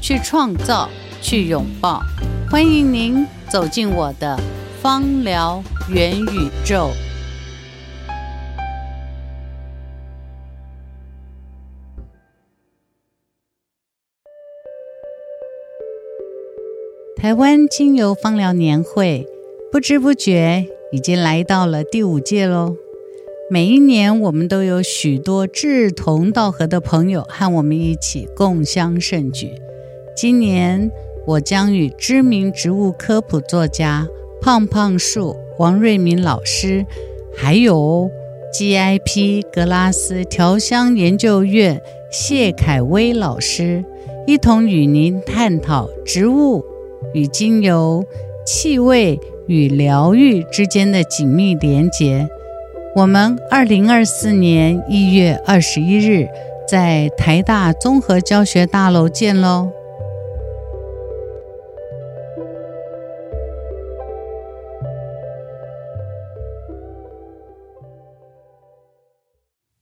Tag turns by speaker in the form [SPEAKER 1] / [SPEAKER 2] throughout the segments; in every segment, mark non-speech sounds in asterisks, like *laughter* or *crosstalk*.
[SPEAKER 1] 去创造，去拥抱。欢迎您走进我的芳疗元宇宙。台湾精油芳疗年会，不知不觉已经来到了第五届喽。每一年，我们都有许多志同道合的朋友和我们一起共襄盛举。今年我将与知名植物科普作家胖胖树王瑞明老师，还有 GIP 格拉斯调香研究院谢凯威老师，一同与您探讨植物与精油、气味与疗愈之间的紧密连结。我们二零二四年一月二十一日在台大综合教学大楼见喽！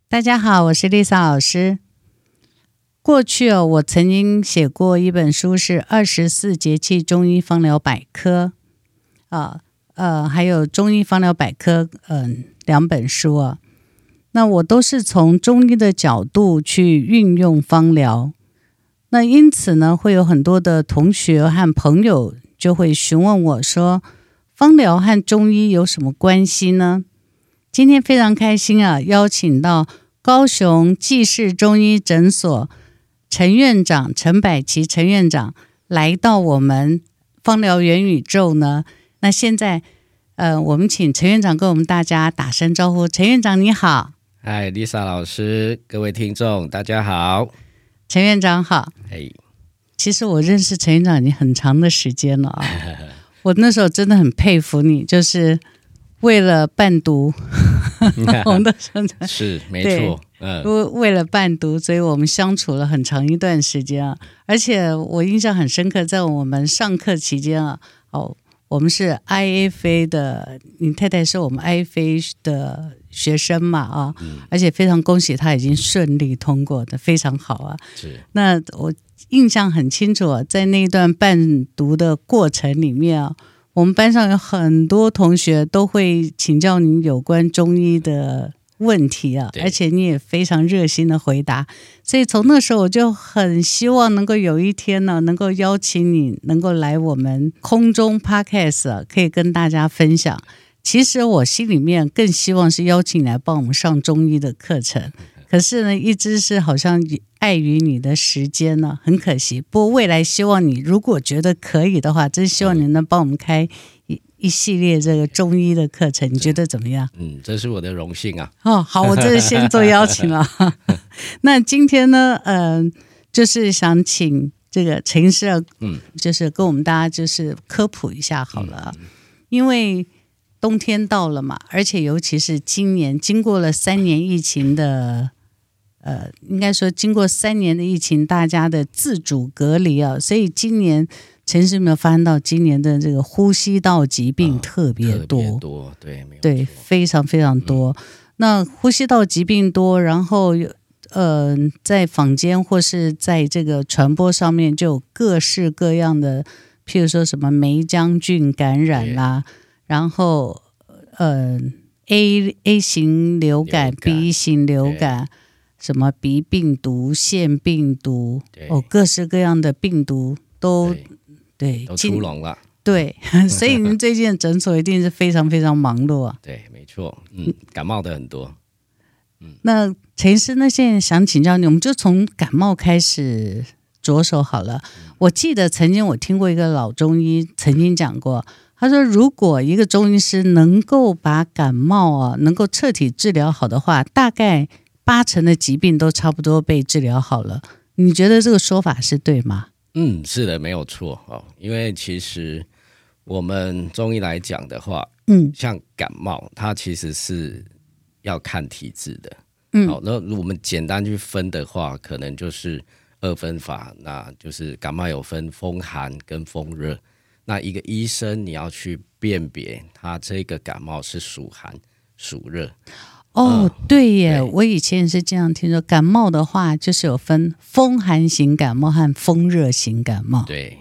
[SPEAKER 1] 大家好，我是丽莎老师。过去哦，我曾经写过一本书，是《二十四节气中医芳疗百科》啊、呃，还有《中医芳疗百科》嗯、两本书啊。那我都是从中医的角度去运用芳疗，那因此呢，会有很多的同学和朋友就会询问我说，芳疗和中医有什么关系呢？今天非常开心啊，邀请到高雄济世中医诊所陈院长陈百奇陈院长来到我们芳疗元宇宙呢。那现在，呃，我们请陈院长跟我们大家打声招呼。陈院长你好，
[SPEAKER 2] 嗨，Lisa 老师，各位听众，大家好。
[SPEAKER 1] 陈院长好。 *laughs*
[SPEAKER 2] 哎，
[SPEAKER 1] 其实我认识陈院长已经很长的时间了啊，我那时候真的很佩服你，就是为了伴读我们的生产
[SPEAKER 2] 是没
[SPEAKER 1] 对
[SPEAKER 2] 错，嗯，
[SPEAKER 1] 为为了伴读，所以我们相处了很长一段时间啊。而且我印象很深刻，在我们上课期间啊，哦，我们是 IFA 的，你太太是我们 IFA 的学生嘛啊，而且非常恭喜她已经顺利通过的，非常好啊。
[SPEAKER 2] 是
[SPEAKER 1] 那我印象很清楚啊，在那一段伴读的过程里面啊，我们班上有很多同学都会请教您有关中医的问题啊，
[SPEAKER 2] 对
[SPEAKER 1] 而且你也非常热心的回答，所以从那时候我就很希望能够有一天呢、能够邀请你能够来我们空中 podcast，、啊、可以跟大家分享。其实我心里面更希望是邀请你来帮我们上中医的课程，可是呢，一直是好像碍于你的时间呢，很可惜。不过未来希望你如果觉得可以的话，真希望你能帮我们开一一系列这个中医的课程，你觉得怎么样？
[SPEAKER 2] 嗯，这是我的荣幸啊。
[SPEAKER 1] 哦，好，我这先做邀请
[SPEAKER 2] *laughs*
[SPEAKER 1] 了。那今天呢，嗯、就是想请这个陈医师，嗯
[SPEAKER 2] 嗯，
[SPEAKER 1] 就是跟我们大家就是科普一下好了，
[SPEAKER 2] 嗯
[SPEAKER 1] 因为冬天到了嘛，而且尤其是今年经过了三年疫情的。呃，应该说，经过三年的疫情，大家的自主隔离啊，所以今年陈医师有没有发现到，今年的这个呼吸道疾病
[SPEAKER 2] 啊
[SPEAKER 1] 特别
[SPEAKER 2] 特
[SPEAKER 1] 多，
[SPEAKER 2] 别多，对，没有
[SPEAKER 1] 对，
[SPEAKER 2] 错
[SPEAKER 1] 非常非常多。
[SPEAKER 2] 嗯
[SPEAKER 1] 那呼吸道疾病多，然后有呃，在坊间或是在这个传播上面，就有各式各样的，譬如说什么梅将军感染啦、然后呃 A A 型流感、
[SPEAKER 2] 流感
[SPEAKER 1] B 型流感，什么鼻病毒、腺病毒，
[SPEAKER 2] 对
[SPEAKER 1] 哦，各式各样的病毒都
[SPEAKER 2] 对
[SPEAKER 1] 对
[SPEAKER 2] 都
[SPEAKER 1] 今
[SPEAKER 2] 出笼了，
[SPEAKER 1] 对， *laughs* 所以您最近的诊所一定是非常非常忙碌啊。
[SPEAKER 2] 对，没错，嗯，感冒的很多，
[SPEAKER 1] 那陈医师，那现在想请教你，我们就从感冒开始着手好了。我记得曾经我听过一个老中医曾经讲过，他说如果一个中医师能够把感冒啊能够彻底治疗好的话，大概八成的疾病都差不多被治疗好了。你觉得这个说法是对吗？
[SPEAKER 2] 嗯，是的，没有错哦。因为其实我们中医来讲的话，
[SPEAKER 1] 嗯
[SPEAKER 2] 像感冒，它其实是要看体质的。
[SPEAKER 1] 嗯
[SPEAKER 2] 好，那如果我们简单去分的话，可能就是二分法，那就是感冒有分风寒跟风热。那一个医生你要去辨别他这个感冒是属寒属热，
[SPEAKER 1] 哦，对耶，
[SPEAKER 2] 呃对
[SPEAKER 1] 我以前是这样听说，感冒的话就是有分风寒型感冒和风热型感冒。
[SPEAKER 2] 对，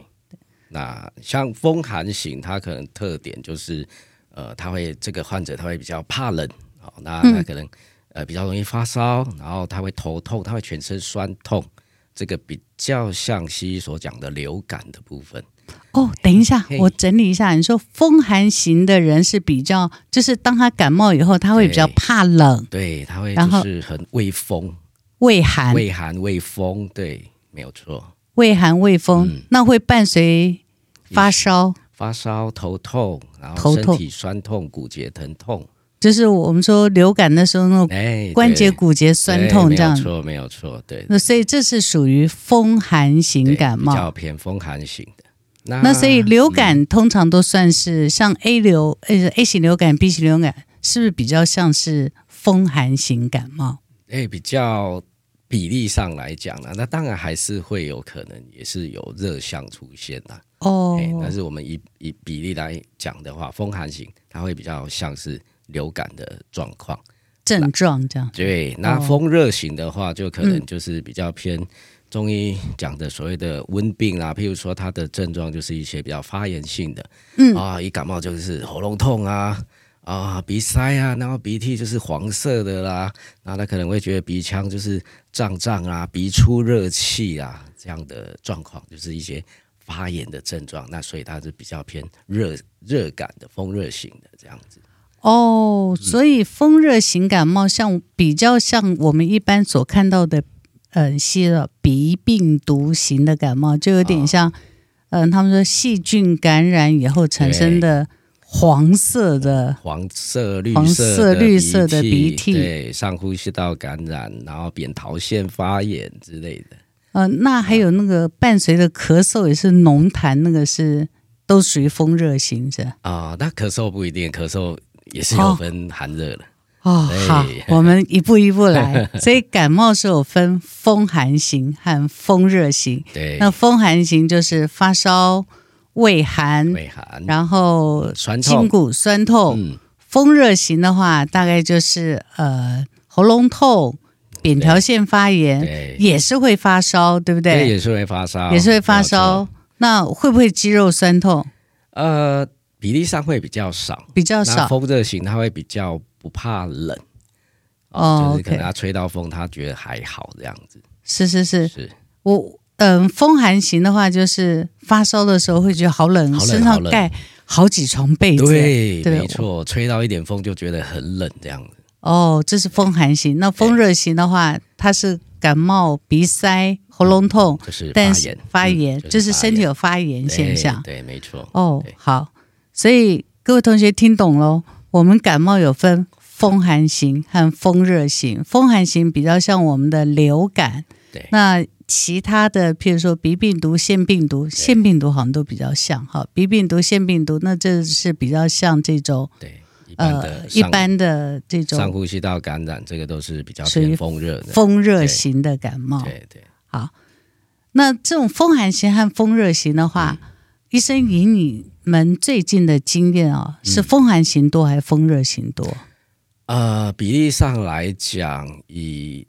[SPEAKER 2] 那像风寒型，它可能特点就是，呃，他会这个患者他会比较怕冷，好、那他可能、呃比较容易发烧，然后他会头痛，他会全身酸痛，这个比较像西医所讲的流感的部分。
[SPEAKER 1] 哦，等一下
[SPEAKER 2] 嘿，
[SPEAKER 1] 我整理一下，你说风寒型的人是比较，就是当他感冒以后，他会比较
[SPEAKER 2] 对
[SPEAKER 1] 怕冷、
[SPEAKER 2] 对，他会
[SPEAKER 1] 然
[SPEAKER 2] 就
[SPEAKER 1] 后
[SPEAKER 2] 是很畏风、
[SPEAKER 1] 畏寒、
[SPEAKER 2] 畏寒、畏风，对，没有错。
[SPEAKER 1] 畏寒、畏风，
[SPEAKER 2] 嗯
[SPEAKER 1] 那会伴随发烧。
[SPEAKER 2] 发烧、头痛，然后
[SPEAKER 1] 头
[SPEAKER 2] 身
[SPEAKER 1] 痛
[SPEAKER 2] 体酸痛、骨节疼痛，
[SPEAKER 1] 就是我们说流感的时候那种
[SPEAKER 2] 哎，
[SPEAKER 1] 关
[SPEAKER 2] 对
[SPEAKER 1] 节骨节酸
[SPEAKER 2] 对
[SPEAKER 1] 痛这样
[SPEAKER 2] 没有，错，没有错，对，
[SPEAKER 1] 那所以这是属于风寒型
[SPEAKER 2] 对
[SPEAKER 1] 感
[SPEAKER 2] 比
[SPEAKER 1] 冒
[SPEAKER 2] 较。啊嗯偏风寒型的。那
[SPEAKER 1] 那所以流感通常都算是像 A 流，呃 A 型流感、B 型流感，是不是比较像是风寒型感冒？
[SPEAKER 2] 哎、比较比例上来讲呢、那当然还是会有可能也是有热象出现啦。哎、
[SPEAKER 1] 哦，
[SPEAKER 2] 但是我们以以比例来讲的话，风寒型它会比较像是流感的状况。
[SPEAKER 1] 症状这样。
[SPEAKER 2] 对，那
[SPEAKER 1] 哦
[SPEAKER 2] 风热型的话，就可能
[SPEAKER 1] 嗯
[SPEAKER 2] 就是比较偏中医讲的所谓的温病啦、譬如说它的症状就是一些比较发炎性的，
[SPEAKER 1] 嗯
[SPEAKER 2] 啊，一感冒就是喉咙痛啊。啊，鼻塞啊，然后鼻涕就是黄色的啦，那他可能会觉得鼻腔就是胀胀啊，鼻出热气啊，这样的状况就是一些发炎的症状，那所以它是比较偏热热感的风热型的这样子。
[SPEAKER 1] 哦，所以风热型感冒像比较像我们一般所看到的，呃，些了鼻病毒型的感冒，就有点像，嗯、他们说细菌感染以后产生的黄色的，
[SPEAKER 2] 黄色、绿
[SPEAKER 1] 黄
[SPEAKER 2] 色
[SPEAKER 1] 色
[SPEAKER 2] 的
[SPEAKER 1] 绿
[SPEAKER 2] 鼻
[SPEAKER 1] 色的鼻涕
[SPEAKER 2] 对，上呼吸道感染，然后扁桃腺发炎之类的。
[SPEAKER 1] 呃，那还有那个伴随的咳嗽也是浓痰，那个是都属于风热型是吧
[SPEAKER 2] 啊、那咳嗽不一定，咳嗽也是有
[SPEAKER 1] 哦
[SPEAKER 2] 分寒热的。
[SPEAKER 1] 哦，好，我们一步一步来。所以感冒是有分风寒型和风热型。
[SPEAKER 2] 对，
[SPEAKER 1] 那风寒型就是发烧、畏寒，
[SPEAKER 2] 胃寒、
[SPEAKER 1] 然后
[SPEAKER 2] 酸
[SPEAKER 1] 筋
[SPEAKER 2] 痛，
[SPEAKER 1] 骨酸痛。
[SPEAKER 2] 嗯，
[SPEAKER 1] 风热型的话，大概就是呃喉咙痛、扁桃腺发炎，
[SPEAKER 2] 对，
[SPEAKER 1] 也是会发烧，嗯对不
[SPEAKER 2] 这
[SPEAKER 1] 对？
[SPEAKER 2] 也是会发烧，
[SPEAKER 1] 也是会发
[SPEAKER 2] 没有错。
[SPEAKER 1] 烧。那会不会肌肉酸痛
[SPEAKER 2] 呃，比例上会比较少，
[SPEAKER 1] 比较
[SPEAKER 2] 那
[SPEAKER 1] 少？
[SPEAKER 2] 风热型它会比较不怕冷，
[SPEAKER 1] 哦
[SPEAKER 2] 就是可能啊
[SPEAKER 1] OK
[SPEAKER 2] 它吹到风，它觉得还好这样子。
[SPEAKER 1] 是是是，
[SPEAKER 2] 是，
[SPEAKER 1] 我嗯、风寒型的话，就是发烧的时候会觉得好冷，
[SPEAKER 2] 好冷
[SPEAKER 1] 身
[SPEAKER 2] 好
[SPEAKER 1] 上
[SPEAKER 2] 冷
[SPEAKER 1] 盖好几床被子。
[SPEAKER 2] 对，
[SPEAKER 1] 对
[SPEAKER 2] 没错，吹到一点风就觉得很冷这样子。
[SPEAKER 1] 哦，这是风寒型。那风热型的话，它是感冒、鼻塞、喉咙痛，
[SPEAKER 2] 就是
[SPEAKER 1] 但
[SPEAKER 2] 发
[SPEAKER 1] 是
[SPEAKER 2] 炎，
[SPEAKER 1] 发炎、
[SPEAKER 2] 嗯
[SPEAKER 1] 就是身体
[SPEAKER 2] 发
[SPEAKER 1] 有发炎
[SPEAKER 2] 炎
[SPEAKER 1] 现象。
[SPEAKER 2] 对，对没错。
[SPEAKER 1] 哦
[SPEAKER 2] 对，
[SPEAKER 1] 好，所以各位同学听懂喽。我们感冒有分风寒型和风热型，风寒型比较像我们的流感，
[SPEAKER 2] 对
[SPEAKER 1] 那其他的，譬如说鼻病毒、腺病毒，腺病毒好像都比较像哈，鼻病毒、腺病毒，那这是比较像这种
[SPEAKER 2] 对，一般
[SPEAKER 1] 呃
[SPEAKER 2] 的
[SPEAKER 1] 一
[SPEAKER 2] 上
[SPEAKER 1] 般的这
[SPEAKER 2] 上
[SPEAKER 1] 种
[SPEAKER 2] 呼吸道感染，这个都是比较
[SPEAKER 1] 属于
[SPEAKER 2] 偏风热的。
[SPEAKER 1] 风哦热型的感冒。
[SPEAKER 2] 对对，
[SPEAKER 1] 好，那这种风寒型和风热型的话，
[SPEAKER 2] 嗯
[SPEAKER 1] 医生以你们最近的经验啊、
[SPEAKER 2] 嗯
[SPEAKER 1] 是风寒型多还是风热型多？
[SPEAKER 2] 呃，比例上来讲，以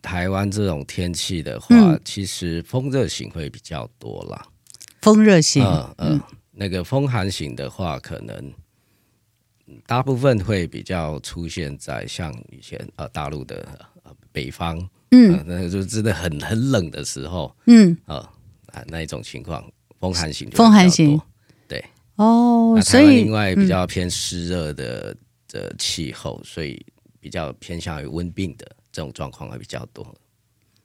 [SPEAKER 2] 台湾这种天气的话，
[SPEAKER 1] 嗯
[SPEAKER 2] 其实风热型会比较多啦。
[SPEAKER 1] 风热型，
[SPEAKER 2] 嗯嗯，那个风寒型的话，可能嗯大部分会比较出现在像以前呃大陆的呃北方，
[SPEAKER 1] 嗯
[SPEAKER 2] 呃那个就真的很很冷的时候
[SPEAKER 1] 嗯，
[SPEAKER 2] 啊、呃、啊那一种情况，风寒型就会
[SPEAKER 1] 风寒
[SPEAKER 2] 比较
[SPEAKER 1] 型
[SPEAKER 2] 多
[SPEAKER 1] 哦，
[SPEAKER 2] 那
[SPEAKER 1] 所
[SPEAKER 2] 台湾
[SPEAKER 1] 以
[SPEAKER 2] 另外比较偏湿热的、的气候，所以比较偏向于温病的这种状况会比较多，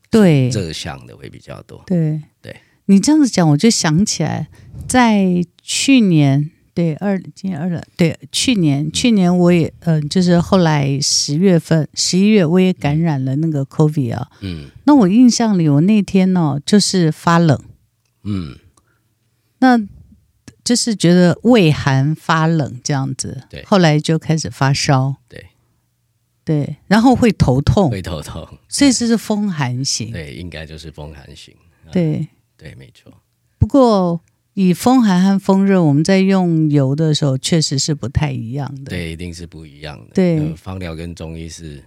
[SPEAKER 1] 对
[SPEAKER 2] 热象的会比较多。
[SPEAKER 1] 对
[SPEAKER 2] 对，
[SPEAKER 1] 你这样子讲，我就想起来，在去年。对，二今年二了，对，去年去年我也，嗯、就是后来十月份、十一月我也感染了那个 COVID 啊。
[SPEAKER 2] 嗯，
[SPEAKER 1] 那我印象里，我那天哦，就是发冷，
[SPEAKER 2] 嗯，
[SPEAKER 1] 那就是觉得胃寒发冷这样子，
[SPEAKER 2] 对
[SPEAKER 1] 后来就开始发烧，
[SPEAKER 2] 对，
[SPEAKER 1] 对，然后会头痛，
[SPEAKER 2] 会头痛，
[SPEAKER 1] 所以这是风寒型，
[SPEAKER 2] 对，应该就是风寒型，
[SPEAKER 1] 对。
[SPEAKER 2] 对，没错，
[SPEAKER 1] 不过以风寒和风热，我们在用油的时候确实是不太一样的，，
[SPEAKER 2] 对，一定是不一样的。
[SPEAKER 1] 对
[SPEAKER 2] 呃芳疗跟中医是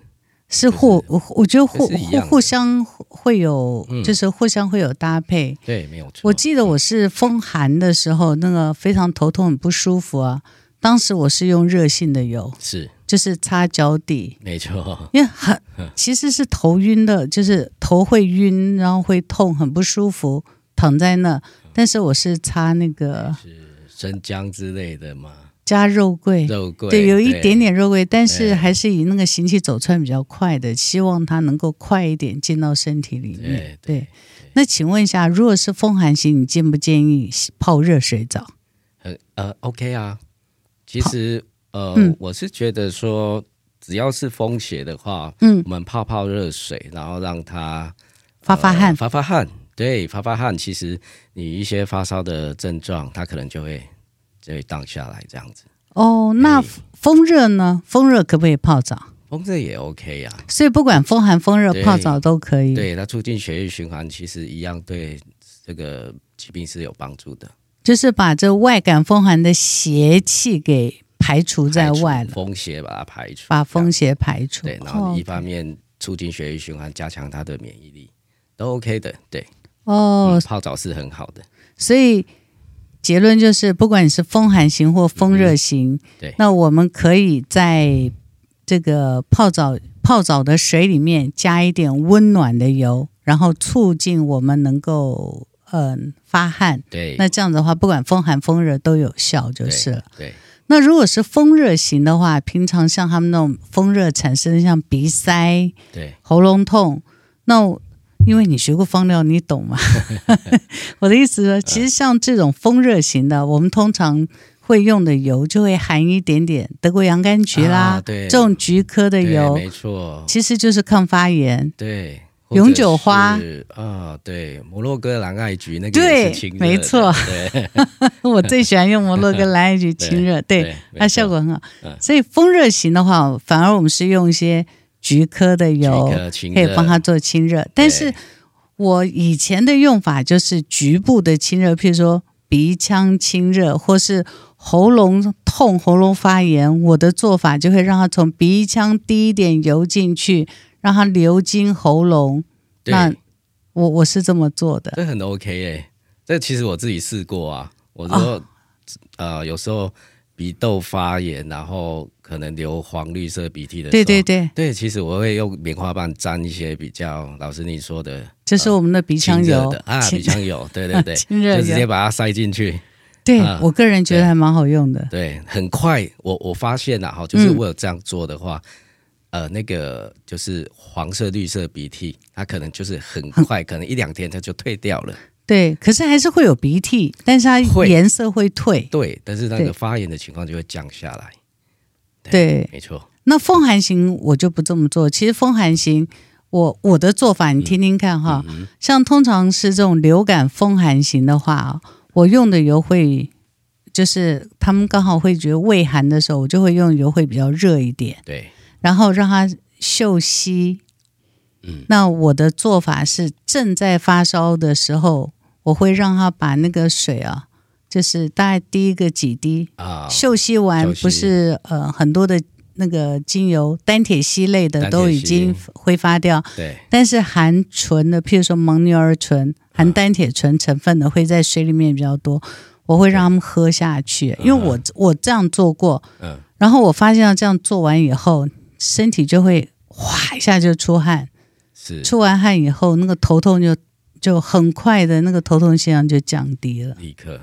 [SPEAKER 1] 是互，我我觉得互
[SPEAKER 2] 这是一
[SPEAKER 1] 互
[SPEAKER 2] 样的嗯
[SPEAKER 1] 互相会有，就是互相会有搭配。
[SPEAKER 2] 对，没有错。
[SPEAKER 1] 我记得我是风寒的时候，那个非常头痛，很不舒服啊。当时我是用热性的油，
[SPEAKER 2] 是
[SPEAKER 1] 就是擦脚底，
[SPEAKER 2] 没错，
[SPEAKER 1] 因为
[SPEAKER 2] *laughs*
[SPEAKER 1] 很
[SPEAKER 2] 嗯
[SPEAKER 1] 其实是头晕的，就是头会晕，然后会痛，很不舒服，躺在那。但是我是擦那个
[SPEAKER 2] 生姜之类的嘛，
[SPEAKER 1] 加肉桂，
[SPEAKER 2] 肉桂，
[SPEAKER 1] 对，有一点
[SPEAKER 2] 点
[SPEAKER 1] 点肉桂，但是
[SPEAKER 2] 对
[SPEAKER 1] 还是以那个行气走窜比较快的，希望它能够快一点进到身体里面。
[SPEAKER 2] 对对
[SPEAKER 1] 那请问一下，如果是风寒型，你建不建议泡热水澡？
[SPEAKER 2] 很呃 OK 啊。其实呃，
[SPEAKER 1] 嗯
[SPEAKER 2] 我是觉得说，只要是风邪的话，
[SPEAKER 1] 嗯
[SPEAKER 2] 我，们泡泡热水，然后让它
[SPEAKER 1] 发发汗
[SPEAKER 2] 呃，发发汗，对，发发汗。其实你一些发烧的症状，它可能就会就会荡下来这样子。
[SPEAKER 1] 哦，那风热呢？风热可不可以泡澡？
[SPEAKER 2] 风热也 OK 呀、
[SPEAKER 1] 所以不管风寒风热，
[SPEAKER 2] 对
[SPEAKER 1] 泡澡都可以。，
[SPEAKER 2] 对它促进血液循环，其实一样对这个疾病是有帮助的，
[SPEAKER 1] 就是把这外感风寒的邪气给排除在
[SPEAKER 2] 排除
[SPEAKER 1] 外了，
[SPEAKER 2] 风邪把它排除，
[SPEAKER 1] 把风邪排除。
[SPEAKER 2] 对，然后
[SPEAKER 1] 哦
[SPEAKER 2] 你一方面促进血液循环，加强它的免疫力，都 OK 的，对，
[SPEAKER 1] 哦
[SPEAKER 2] 嗯，泡澡是很好的，
[SPEAKER 1] 所以结论就是，不管你是风寒型或风热型，
[SPEAKER 2] 嗯对
[SPEAKER 1] 那我们可以在这个泡澡泡澡的水里面加一点温暖的油，然后促进我们能够嗯、发汗。
[SPEAKER 2] 对，
[SPEAKER 1] 那这样子的话，不管风寒风热都有效，就是了。
[SPEAKER 2] 对，
[SPEAKER 1] 那如果是风热型的话，平常像他们那种风热产生的，像鼻塞、
[SPEAKER 2] 对，
[SPEAKER 1] 喉咙痛，那我因为你学过芳疗，你
[SPEAKER 2] *laughs*
[SPEAKER 1] 懂吗？我的意思说，
[SPEAKER 2] 嗯
[SPEAKER 1] 其实像这种风热型的，我们通常会用的油就会含一点点德国洋甘菊啦，
[SPEAKER 2] 啊对
[SPEAKER 1] 这种菊科的
[SPEAKER 2] 对，
[SPEAKER 1] 油，
[SPEAKER 2] 没错，
[SPEAKER 1] 其实就是抗发炎。 *laughs*
[SPEAKER 2] 对。
[SPEAKER 1] 永久花
[SPEAKER 2] 或者是啊，对，摩洛哥蓝艾菊那个
[SPEAKER 1] 对
[SPEAKER 2] 也是清热的
[SPEAKER 1] 没错
[SPEAKER 2] 对
[SPEAKER 1] 我最喜欢用摩洛哥蓝艾菊清热，对，
[SPEAKER 2] *laughs* 对，没
[SPEAKER 1] 它
[SPEAKER 2] 错
[SPEAKER 1] 效果很好。
[SPEAKER 2] 嗯
[SPEAKER 1] 所以风热型的话，反而我们是用一些菊科的油
[SPEAKER 2] 菊，科清
[SPEAKER 1] 可以
[SPEAKER 2] 热
[SPEAKER 1] 帮它做清热，但
[SPEAKER 2] 对
[SPEAKER 1] 是我以前的用法就是局部的清热，譬如说鼻腔清热，或是喉咙痛、喉咙发炎，我的做法就会让它从鼻腔滴一点油进去，让它流经喉咙。
[SPEAKER 2] 对
[SPEAKER 1] 那我我是这么做的，
[SPEAKER 2] 这很 OK 哎、这其实我自己试过啊。我说，
[SPEAKER 1] 哦
[SPEAKER 2] 呃，有时候鼻窦发炎，然后可能流黄绿色鼻涕的时
[SPEAKER 1] 对
[SPEAKER 2] 候，
[SPEAKER 1] 对对，
[SPEAKER 2] 对其实我会用棉花棒沾一些比较老师你说的
[SPEAKER 1] 就是我们的鼻
[SPEAKER 2] 清
[SPEAKER 1] 腔
[SPEAKER 2] 热
[SPEAKER 1] 油
[SPEAKER 2] 的啊，
[SPEAKER 1] 清
[SPEAKER 2] 鼻
[SPEAKER 1] *laughs*
[SPEAKER 2] 腔油，对对对，
[SPEAKER 1] 清热
[SPEAKER 2] 就直接
[SPEAKER 1] 油，
[SPEAKER 2] 把它塞进去，
[SPEAKER 1] 对
[SPEAKER 2] 啊
[SPEAKER 1] 我个人觉得还蛮好用的。
[SPEAKER 2] 对，很快。我我发现了、哈，就是
[SPEAKER 1] 嗯
[SPEAKER 2] 我有这样做的话。呃，那个就是黄色、绿色鼻涕，它可能就是很快，可能一两天它就退掉了。
[SPEAKER 1] 对，可是还是会有鼻涕，但是它
[SPEAKER 2] 会
[SPEAKER 1] 颜色会退。
[SPEAKER 2] 对，但是那
[SPEAKER 1] 对
[SPEAKER 2] 个发炎的情况就会降下来。
[SPEAKER 1] 对，
[SPEAKER 2] 没错，
[SPEAKER 1] 那风寒型我就不这么做。其实风寒型，我我的做法你听听看哈。像通常是这种流感风寒型的话啊，我用的油会就是他们刚好会觉得胃寒的时候，我就会用油会比较热一点，
[SPEAKER 2] 对，
[SPEAKER 1] 然后让它嗅息。
[SPEAKER 2] 嗯，
[SPEAKER 1] 那我的做法是，正在发烧的时候，我会让它把那个水啊，就是大概滴个几滴，
[SPEAKER 2] 啊，
[SPEAKER 1] 嗅吸丸
[SPEAKER 2] 嗅吸
[SPEAKER 1] 不是呃很多的那个精油单铁烯类的
[SPEAKER 2] 单铁烯
[SPEAKER 1] 都已经挥发掉，
[SPEAKER 2] 对，
[SPEAKER 1] 但是含醇的，譬如说蒙牛儿醇含单铁醇成分的会在水里面比较多，我会让他们喝下去，因为我我这样做过，
[SPEAKER 2] 嗯，
[SPEAKER 1] 然后我发现这样做完以后，身体就会哗一下就出汗，
[SPEAKER 2] 是
[SPEAKER 1] 出完汗以后那个头痛就就很快的那个头痛现象就降低了。
[SPEAKER 2] 立刻，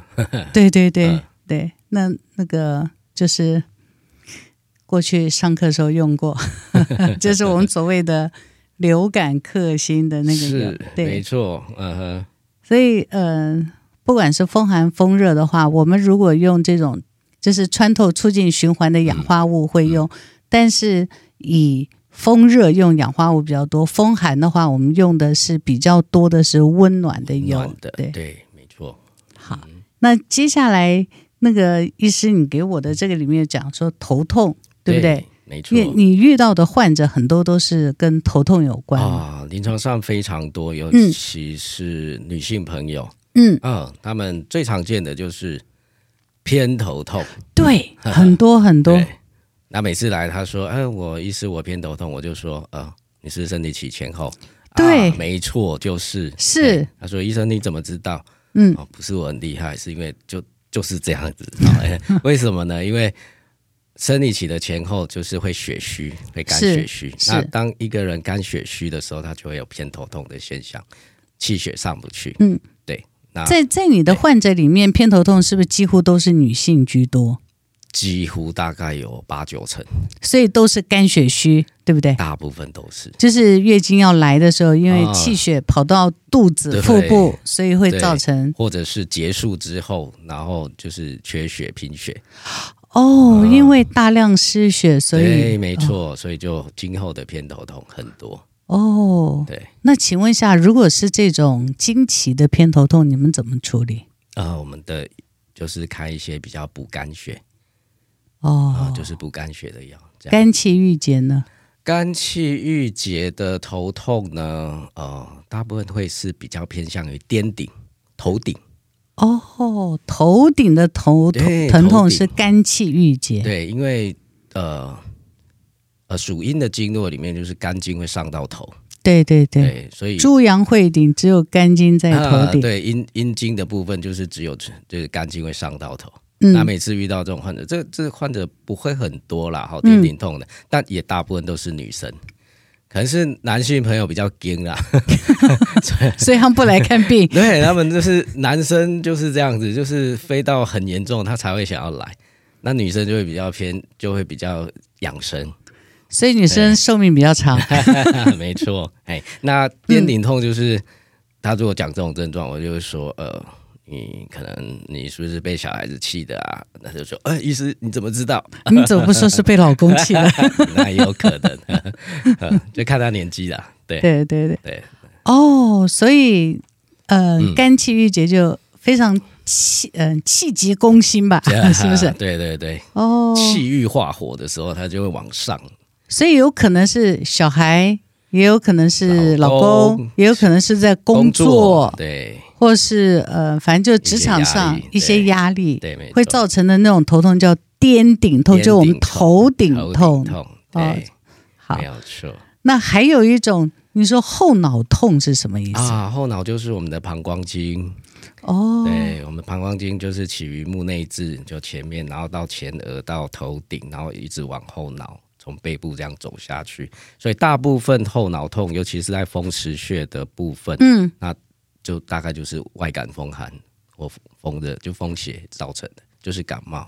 [SPEAKER 1] 对对对、
[SPEAKER 2] 嗯
[SPEAKER 1] 对，那那个就是过去上课的时候用
[SPEAKER 2] *laughs*
[SPEAKER 1] 过， *laughs* 就是我们所谓的流感克星的那个药
[SPEAKER 2] 是，没
[SPEAKER 1] 对，
[SPEAKER 2] 错，嗯哼，
[SPEAKER 1] 所以呃，不管是风寒风热的话，我们如果用这种就是穿透促进循环的氧化物会
[SPEAKER 2] 嗯
[SPEAKER 1] 用，但是以风热用氧化物比较多，风寒的话，我们用的是比较多的是温暖的油，
[SPEAKER 2] 暖的，
[SPEAKER 1] 对
[SPEAKER 2] 对，没错，
[SPEAKER 1] 好，
[SPEAKER 2] 嗯
[SPEAKER 1] 那接下来那个医师，你给我的这个里面讲说头痛，对不对？？
[SPEAKER 2] 没错
[SPEAKER 1] 你。你遇到的患者很多都是跟头痛有关，
[SPEAKER 2] 啊，临床上非常多，尤
[SPEAKER 1] 嗯
[SPEAKER 2] 其是女性朋友，
[SPEAKER 1] 嗯，
[SPEAKER 2] 嗯，她们最常见的就是偏头痛。 *laughs*
[SPEAKER 1] 对，很多很多
[SPEAKER 2] 对，，那每次来，她说：“哎、我医师，我偏头痛。”我就说：“呃，你是生理期前后。”
[SPEAKER 1] 对
[SPEAKER 2] 啊，没错，就是
[SPEAKER 1] 是
[SPEAKER 2] 对她说：“医生，你怎么知道？”
[SPEAKER 1] 嗯
[SPEAKER 2] 哦，不是我很厉害，是因为就就是这
[SPEAKER 1] *laughs*
[SPEAKER 2] 样子。好哎为什么呢？因为生理期的前后就是会血虚，会肝
[SPEAKER 1] 是
[SPEAKER 2] 血虚。
[SPEAKER 1] 是
[SPEAKER 2] 那当一个人肝血虚的时候，他就会有偏头痛的现象，气血上不去。
[SPEAKER 1] 嗯，
[SPEAKER 2] 对。那
[SPEAKER 1] 在在你的患者里面，偏头痛是不是几乎都是女性居多？
[SPEAKER 2] 几乎大概有八九成，
[SPEAKER 1] 所以都是肝血虚，对不对？
[SPEAKER 2] 大部分都是。
[SPEAKER 1] 就是月经要来的时候，因为
[SPEAKER 2] 啊
[SPEAKER 1] 气血跑到肚子、
[SPEAKER 2] 对
[SPEAKER 1] 腹部，所以会造成
[SPEAKER 2] 或者是结束之后，然后就是缺血贫血，啊
[SPEAKER 1] 哦，因为大量失血，所以嗯
[SPEAKER 2] 对，哎没错，所以就今后的偏头痛很多。
[SPEAKER 1] 哦。
[SPEAKER 2] 对，
[SPEAKER 1] 那请问一下，如果是这种经期的偏头痛，你们怎么处理？
[SPEAKER 2] 呃，我们的就是开一些比较补肝血，啊、
[SPEAKER 1] 哦，
[SPEAKER 2] 就是补肝血的药。这样
[SPEAKER 1] 肝气郁结呢？
[SPEAKER 2] 肝气郁结的头痛呢，呃，大部分会是比较偏向于颠顶、头顶，
[SPEAKER 1] 哦，头顶的头痛
[SPEAKER 2] 对
[SPEAKER 1] 疼
[SPEAKER 2] 头
[SPEAKER 1] 痛
[SPEAKER 2] 顶
[SPEAKER 1] 是肝气郁结，
[SPEAKER 2] 对，因为呃呃属阴的经络里面就是肝经会上到头，
[SPEAKER 1] 对对对。
[SPEAKER 2] 对，所以
[SPEAKER 1] 猪羊会顶，只有肝经在头
[SPEAKER 2] 啊
[SPEAKER 1] 顶。
[SPEAKER 2] 对阴阴经的部分就是只有就是肝经会上到头。那
[SPEAKER 1] 嗯，
[SPEAKER 2] 每次遇到这种患者，这这患者不会很多啦，哈，
[SPEAKER 1] 嗯
[SPEAKER 2] 点顶痛的，但也大部分都是女生，可能是男性朋友比较硬啦。。
[SPEAKER 1] 所以他们不来看病
[SPEAKER 2] *laughs* 对他们就是男生就是这样子，就是飞到很严重，他才会想要来。那女生就会比较偏，就会比较养生，
[SPEAKER 1] 所以女生寿命比较长。
[SPEAKER 2] *laughs* 没错。哎，那颠顶痛就是、他如果讲这种症状，我就会说，呃，你可能你是不是被小孩子气的啊？那就说，呃，医师你怎么知道？ *laughs*
[SPEAKER 1] 你怎么不说是被老公气了？
[SPEAKER 2] 那也有可能， *laughs* 呃就看他年纪啦。 *laughs* *laughs* 对
[SPEAKER 1] 对对对。
[SPEAKER 2] 对，
[SPEAKER 1] 哦，所以呃，
[SPEAKER 2] 嗯
[SPEAKER 1] 肝气郁结就非常气，嗯、气急攻心
[SPEAKER 2] *laughs*
[SPEAKER 1] 吧，
[SPEAKER 2] 啊
[SPEAKER 1] 是不是？
[SPEAKER 2] 对对对，
[SPEAKER 1] 哦，
[SPEAKER 2] 气郁化火的时候，它就会往上。
[SPEAKER 1] 所以有可能是小孩，也有可能是老
[SPEAKER 2] 老
[SPEAKER 1] 公，
[SPEAKER 2] 公
[SPEAKER 1] 也有可能是在工作，
[SPEAKER 2] 对
[SPEAKER 1] 或是呃，反正就职场上一
[SPEAKER 2] 一些
[SPEAKER 1] 些压
[SPEAKER 2] 压
[SPEAKER 1] 力，
[SPEAKER 2] 对，没错
[SPEAKER 1] 会造成的那种头痛叫颠顶痛，就
[SPEAKER 2] 颠顶痛
[SPEAKER 1] 是我们头顶
[SPEAKER 2] 头
[SPEAKER 1] 痛。
[SPEAKER 2] 痛，
[SPEAKER 1] 哦
[SPEAKER 2] 对，
[SPEAKER 1] 好
[SPEAKER 2] 没，有错
[SPEAKER 1] 那还有一种，你说后脑痛是什么意思？
[SPEAKER 2] 啊。后脑就是我们的膀胱经，
[SPEAKER 1] 哦，
[SPEAKER 2] 对，我们膀胱经就是起于目内眦，就前面，然后到前额，到头顶，然后一直往后脑，从背部这样走下去。所以大部分后脑痛，尤其是在风池穴的部分，
[SPEAKER 1] 嗯，
[SPEAKER 2] 就大概就是外感风寒或风热，就风邪造成的，就是感冒。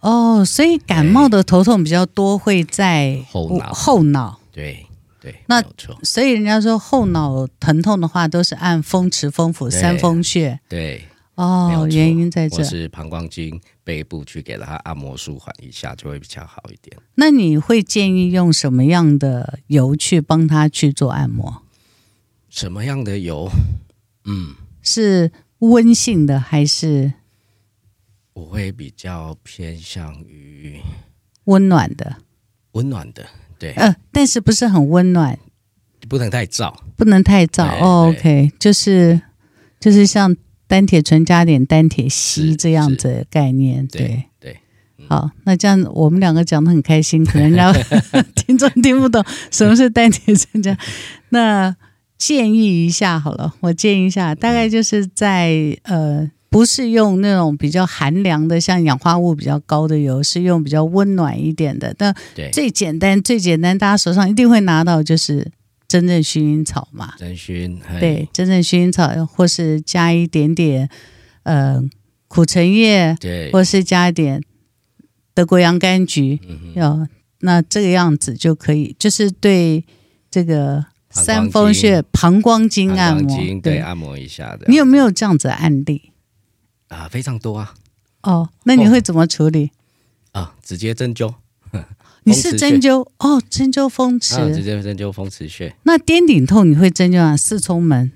[SPEAKER 1] 哦，所以感冒的头痛比较多会在
[SPEAKER 2] 后脑
[SPEAKER 1] 后脑
[SPEAKER 2] 对对，
[SPEAKER 1] 那
[SPEAKER 2] 没有错，
[SPEAKER 1] 所以人家说后脑疼痛的话，都是按风池、风府
[SPEAKER 2] 对
[SPEAKER 1] 三风穴。
[SPEAKER 2] 对，没
[SPEAKER 1] 哦
[SPEAKER 2] 有，错
[SPEAKER 1] 原因在
[SPEAKER 2] 或
[SPEAKER 1] 这。
[SPEAKER 2] 是膀胱经、背部去给它按摩舒缓一下，就会比较好一点。
[SPEAKER 1] 那你会建议用什么样的油去帮他去做按摩？
[SPEAKER 2] 什么样的油？
[SPEAKER 1] 是温性的还是
[SPEAKER 2] 我会比较偏向于
[SPEAKER 1] 温暖的？
[SPEAKER 2] 温暖的，对，
[SPEAKER 1] 呃，但是不是很温暖，
[SPEAKER 2] 不能太燥。
[SPEAKER 1] 不能太燥。
[SPEAKER 2] 对
[SPEAKER 1] 哦、
[SPEAKER 2] 对
[SPEAKER 1] OK，就是就是像丹铁醇加点丹铁烯
[SPEAKER 2] 是
[SPEAKER 1] 这样子的概念，对
[SPEAKER 2] 对。对，嗯
[SPEAKER 1] 好，那这样我们两个讲的很开心，可
[SPEAKER 2] *laughs*
[SPEAKER 1] 能人家听众听不懂什么是丹铁醇加。 *laughs* 那建议一下好了，我建议一下，大概就是在呃，不是用那种比较寒凉的，像氧化物比较高的油，是用比较温暖一点的。但
[SPEAKER 2] 对，
[SPEAKER 1] 最简单、最简单，大家手上一定会拿到就是真正薰衣草嘛。
[SPEAKER 2] 真熏，嘿
[SPEAKER 1] 对，真正薰衣草，或是加一点点呃苦橙叶，
[SPEAKER 2] 对，
[SPEAKER 1] 或是加一点德国洋甘菊，
[SPEAKER 2] 嗯
[SPEAKER 1] 要、那这个样子就可以，就是对这个
[SPEAKER 2] 膀胱
[SPEAKER 1] 三风穴、膀胱经
[SPEAKER 2] 膀
[SPEAKER 1] 按
[SPEAKER 2] 胱
[SPEAKER 1] 摩。
[SPEAKER 2] 经，对，啊按摩一下的。
[SPEAKER 1] 你有没有这样子的案例？
[SPEAKER 2] 啊，非常多啊
[SPEAKER 1] 哦，那你会怎么处理？
[SPEAKER 2] 啊，直接针灸，
[SPEAKER 1] 你
[SPEAKER 2] 风
[SPEAKER 1] 是
[SPEAKER 2] 池
[SPEAKER 1] 针灸哦，针灸风池。
[SPEAKER 2] 啊，直接针灸风池穴。
[SPEAKER 1] 那颠顶痛你会针灸啊？四冲门、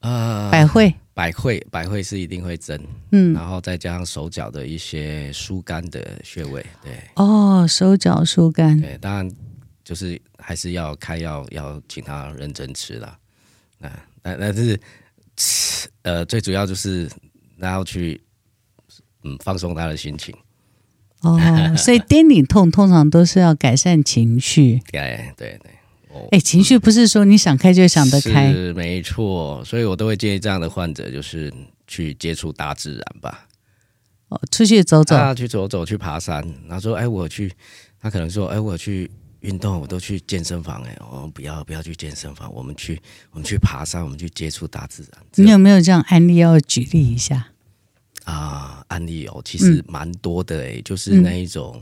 [SPEAKER 2] 啊，
[SPEAKER 1] 百会、
[SPEAKER 2] 百会，百会是一定会增，
[SPEAKER 1] 嗯，
[SPEAKER 2] 然后再加上手脚的一些疏肝的穴位，对
[SPEAKER 1] 哦，手脚疏肝，
[SPEAKER 2] 对，当然就是还是要开药，要请他认真吃啦。啊，但但是吃呃，最主要就是然后去嗯放松他的心情，
[SPEAKER 1] 哦，所以颠顶痛通常都是要改善情绪。
[SPEAKER 2] 对对对，
[SPEAKER 1] 哎，情绪不是说你想开就想得开，
[SPEAKER 2] 哦是没错，所以我都会建议这样的患者就是去接触大自然吧，啊
[SPEAKER 1] 哦，出去走走，
[SPEAKER 2] 他去走走，去爬山，然后说：“哎，我去。”他可能说：“哎，我去运动，我都去健身房。”哎，我们不要不要去健身房，我们去我们去爬山，我们去接触大自然。这
[SPEAKER 1] 你
[SPEAKER 2] 样
[SPEAKER 1] 有没有这样案例要举例一下？
[SPEAKER 2] 啊，案例哦，其
[SPEAKER 1] 嗯
[SPEAKER 2] 实蛮多的哎，就是那一种，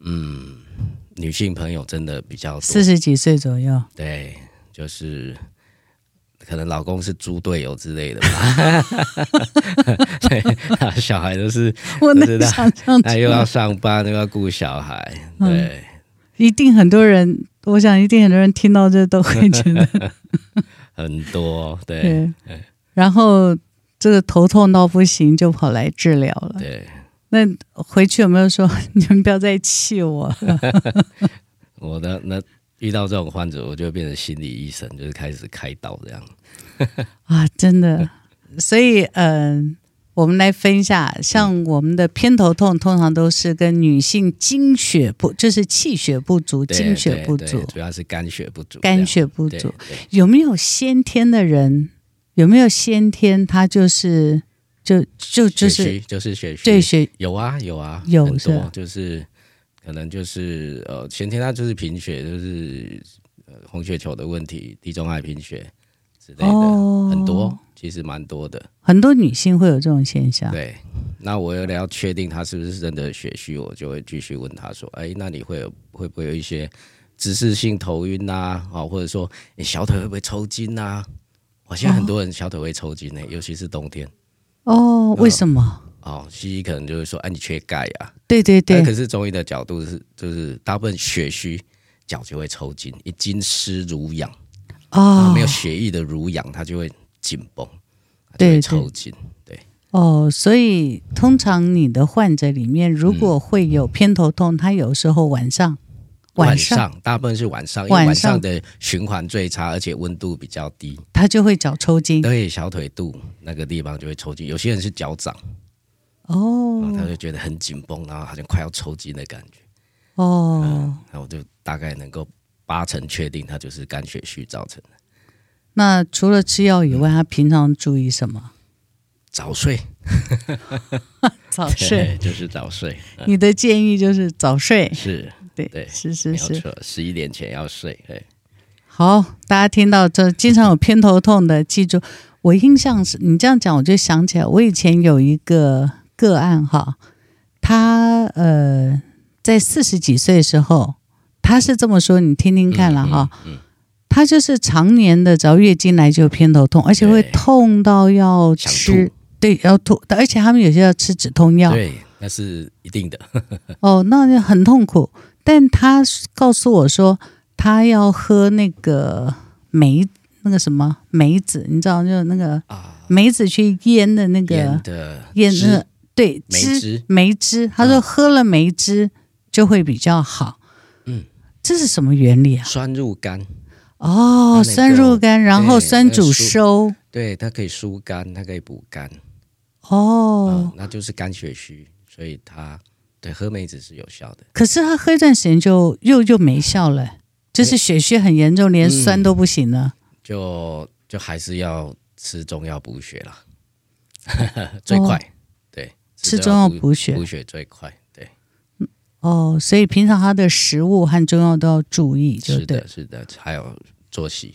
[SPEAKER 2] 嗯，女性朋友真的比较多
[SPEAKER 1] 四，十几岁左右，
[SPEAKER 2] 对，就是。可能老公是猪队友之类的吧，
[SPEAKER 1] *laughs*
[SPEAKER 2] 对，小孩都是，
[SPEAKER 1] 我能
[SPEAKER 2] 知道
[SPEAKER 1] 想象出
[SPEAKER 2] 他又要
[SPEAKER 1] 来，
[SPEAKER 2] 上班，又要顾小孩，
[SPEAKER 1] 嗯
[SPEAKER 2] 对，
[SPEAKER 1] 一定很多人，我想一定很多人听到这都会觉得
[SPEAKER 2] 很多，对
[SPEAKER 1] 对。然后这个头痛到不行，就跑来治疗了。
[SPEAKER 2] 对，
[SPEAKER 1] 那回去有没有说你们不要再气我了？
[SPEAKER 2] 我的那遇到这种患者，我就变成心理医生，就是开始开刀这样。
[SPEAKER 1] 啊，真的。所以，嗯、我们来分一下，像我们的偏头痛，通常都是跟女性经血不，就是气血不足、
[SPEAKER 2] 对
[SPEAKER 1] 经血不
[SPEAKER 2] 对
[SPEAKER 1] 足
[SPEAKER 2] 对、主要是肝血不足，
[SPEAKER 1] 肝血不
[SPEAKER 2] 不
[SPEAKER 1] 足，
[SPEAKER 2] 对对
[SPEAKER 1] 有没有先天的人？有没有先天他就是就就就
[SPEAKER 2] 血
[SPEAKER 1] 是
[SPEAKER 2] 虚就是血虚，
[SPEAKER 1] 对血
[SPEAKER 2] 有啊有啊，
[SPEAKER 1] 有
[SPEAKER 2] 很
[SPEAKER 1] 是
[SPEAKER 2] 多
[SPEAKER 1] 吧
[SPEAKER 2] 就是可能就是呃先天它就是贫血，就是、呃、红血球的问题，地中海贫血之类的，
[SPEAKER 1] 哦
[SPEAKER 2] 很多其实蛮多的。
[SPEAKER 1] 很多女性会有这种现象？
[SPEAKER 2] 对，那我要确定他是不是真的血虚，我就会继续问他说：“哎，那你会有会不会有一些姿势性头晕呐、啊？或者说你小腿会不会抽筋呐、啊？”我现在很多人小腿会抽筋呢、尤其是冬天
[SPEAKER 1] 哦，
[SPEAKER 2] 嗯
[SPEAKER 1] 为什么？
[SPEAKER 2] 哦。西医可能就会说：“哎、你缺钙啊。
[SPEAKER 1] 对对”
[SPEAKER 2] 但
[SPEAKER 1] 对，
[SPEAKER 2] 可是中医的角度是，就是大部分血虚。脚就会抽筋，一筋湿如痒，啊
[SPEAKER 1] 哦
[SPEAKER 2] 没有血液的如痒，它就会紧绷，它就
[SPEAKER 1] 对
[SPEAKER 2] 会
[SPEAKER 1] 对
[SPEAKER 2] 抽筋。
[SPEAKER 1] 哦，所以通常你的患者里面，如果会有偏头痛，他有时候晚上晚上
[SPEAKER 2] 大部分是晚上，因
[SPEAKER 1] 晚
[SPEAKER 2] 为
[SPEAKER 1] 上
[SPEAKER 2] 晚上的循环最差，而且温度比较低，
[SPEAKER 1] 他就会脚抽筋。
[SPEAKER 2] 对小腿肚那个地方就会抽筋。有些人是脚掌，然后他
[SPEAKER 1] 哦
[SPEAKER 2] 就觉得很紧绷，然后好像快要抽筋的感觉。
[SPEAKER 1] 哦，
[SPEAKER 2] 那我就大概能够八成确定，它就是肝血虚造成的。
[SPEAKER 1] 那除了吃药以外，他平常注意什么？*laughs*
[SPEAKER 2] 早睡，
[SPEAKER 1] 早睡。
[SPEAKER 2] 对， *laughs* 就是早睡，
[SPEAKER 1] 你的建议就是早睡，
[SPEAKER 2] 是
[SPEAKER 1] 对
[SPEAKER 2] 对
[SPEAKER 1] 是
[SPEAKER 2] 没
[SPEAKER 1] 是
[SPEAKER 2] 有
[SPEAKER 1] 是。
[SPEAKER 2] 错，十一点前要睡。对，
[SPEAKER 1] 好，大家听到这，经常有偏头痛的，记住，我印象是你这样讲，我就想起来，我以前有一个个案哈，他呃，在四十几岁的时候，他是这么说，你听听看了哈，
[SPEAKER 2] 嗯，嗯，
[SPEAKER 1] 他就是常年的，只要月经来就有偏头痛，而且会
[SPEAKER 2] 对
[SPEAKER 1] 痛到要
[SPEAKER 2] 想
[SPEAKER 1] 吃
[SPEAKER 2] 吐，
[SPEAKER 1] 对，要吐，而且他们有些要吃止痛药
[SPEAKER 2] 嗯，对，那是一定的。
[SPEAKER 1] 哦，那就很痛苦。但他告诉我说，他要喝那个梅那个什么梅子，你知道，就那个梅子去腌的那
[SPEAKER 2] 烟
[SPEAKER 1] 个
[SPEAKER 2] 的
[SPEAKER 1] 腌
[SPEAKER 2] 啊汁
[SPEAKER 1] 那个对
[SPEAKER 2] 梅汁
[SPEAKER 1] 梅汁。他说
[SPEAKER 2] 嗯
[SPEAKER 1] 喝了梅汁就会比较好。
[SPEAKER 2] 嗯，
[SPEAKER 1] 这是什么原理啊？
[SPEAKER 2] 酸入肝，
[SPEAKER 1] 哦，
[SPEAKER 2] 它那个
[SPEAKER 1] 酸入肝，然后
[SPEAKER 2] 对
[SPEAKER 1] 酸
[SPEAKER 2] 那个
[SPEAKER 1] 煮
[SPEAKER 2] 蔬
[SPEAKER 1] 收。
[SPEAKER 2] 对，它可以疏肝，它可以补肝。
[SPEAKER 1] 哦
[SPEAKER 2] 嗯，，那就是肝血虚，所以它对喝梅子是有效的。
[SPEAKER 1] 可是他喝一段时间就又又没效了，就是血虚很严重，连
[SPEAKER 2] 嗯
[SPEAKER 1] 酸都不行了。
[SPEAKER 2] 就就还是要吃中药补血啦， *laughs* 最快、对，
[SPEAKER 1] 哦吃中药补血，
[SPEAKER 2] 补血最快，对，
[SPEAKER 1] 哦，所以平常他的食物和中药都要注意，就是对
[SPEAKER 2] 的，。是的，还有作息。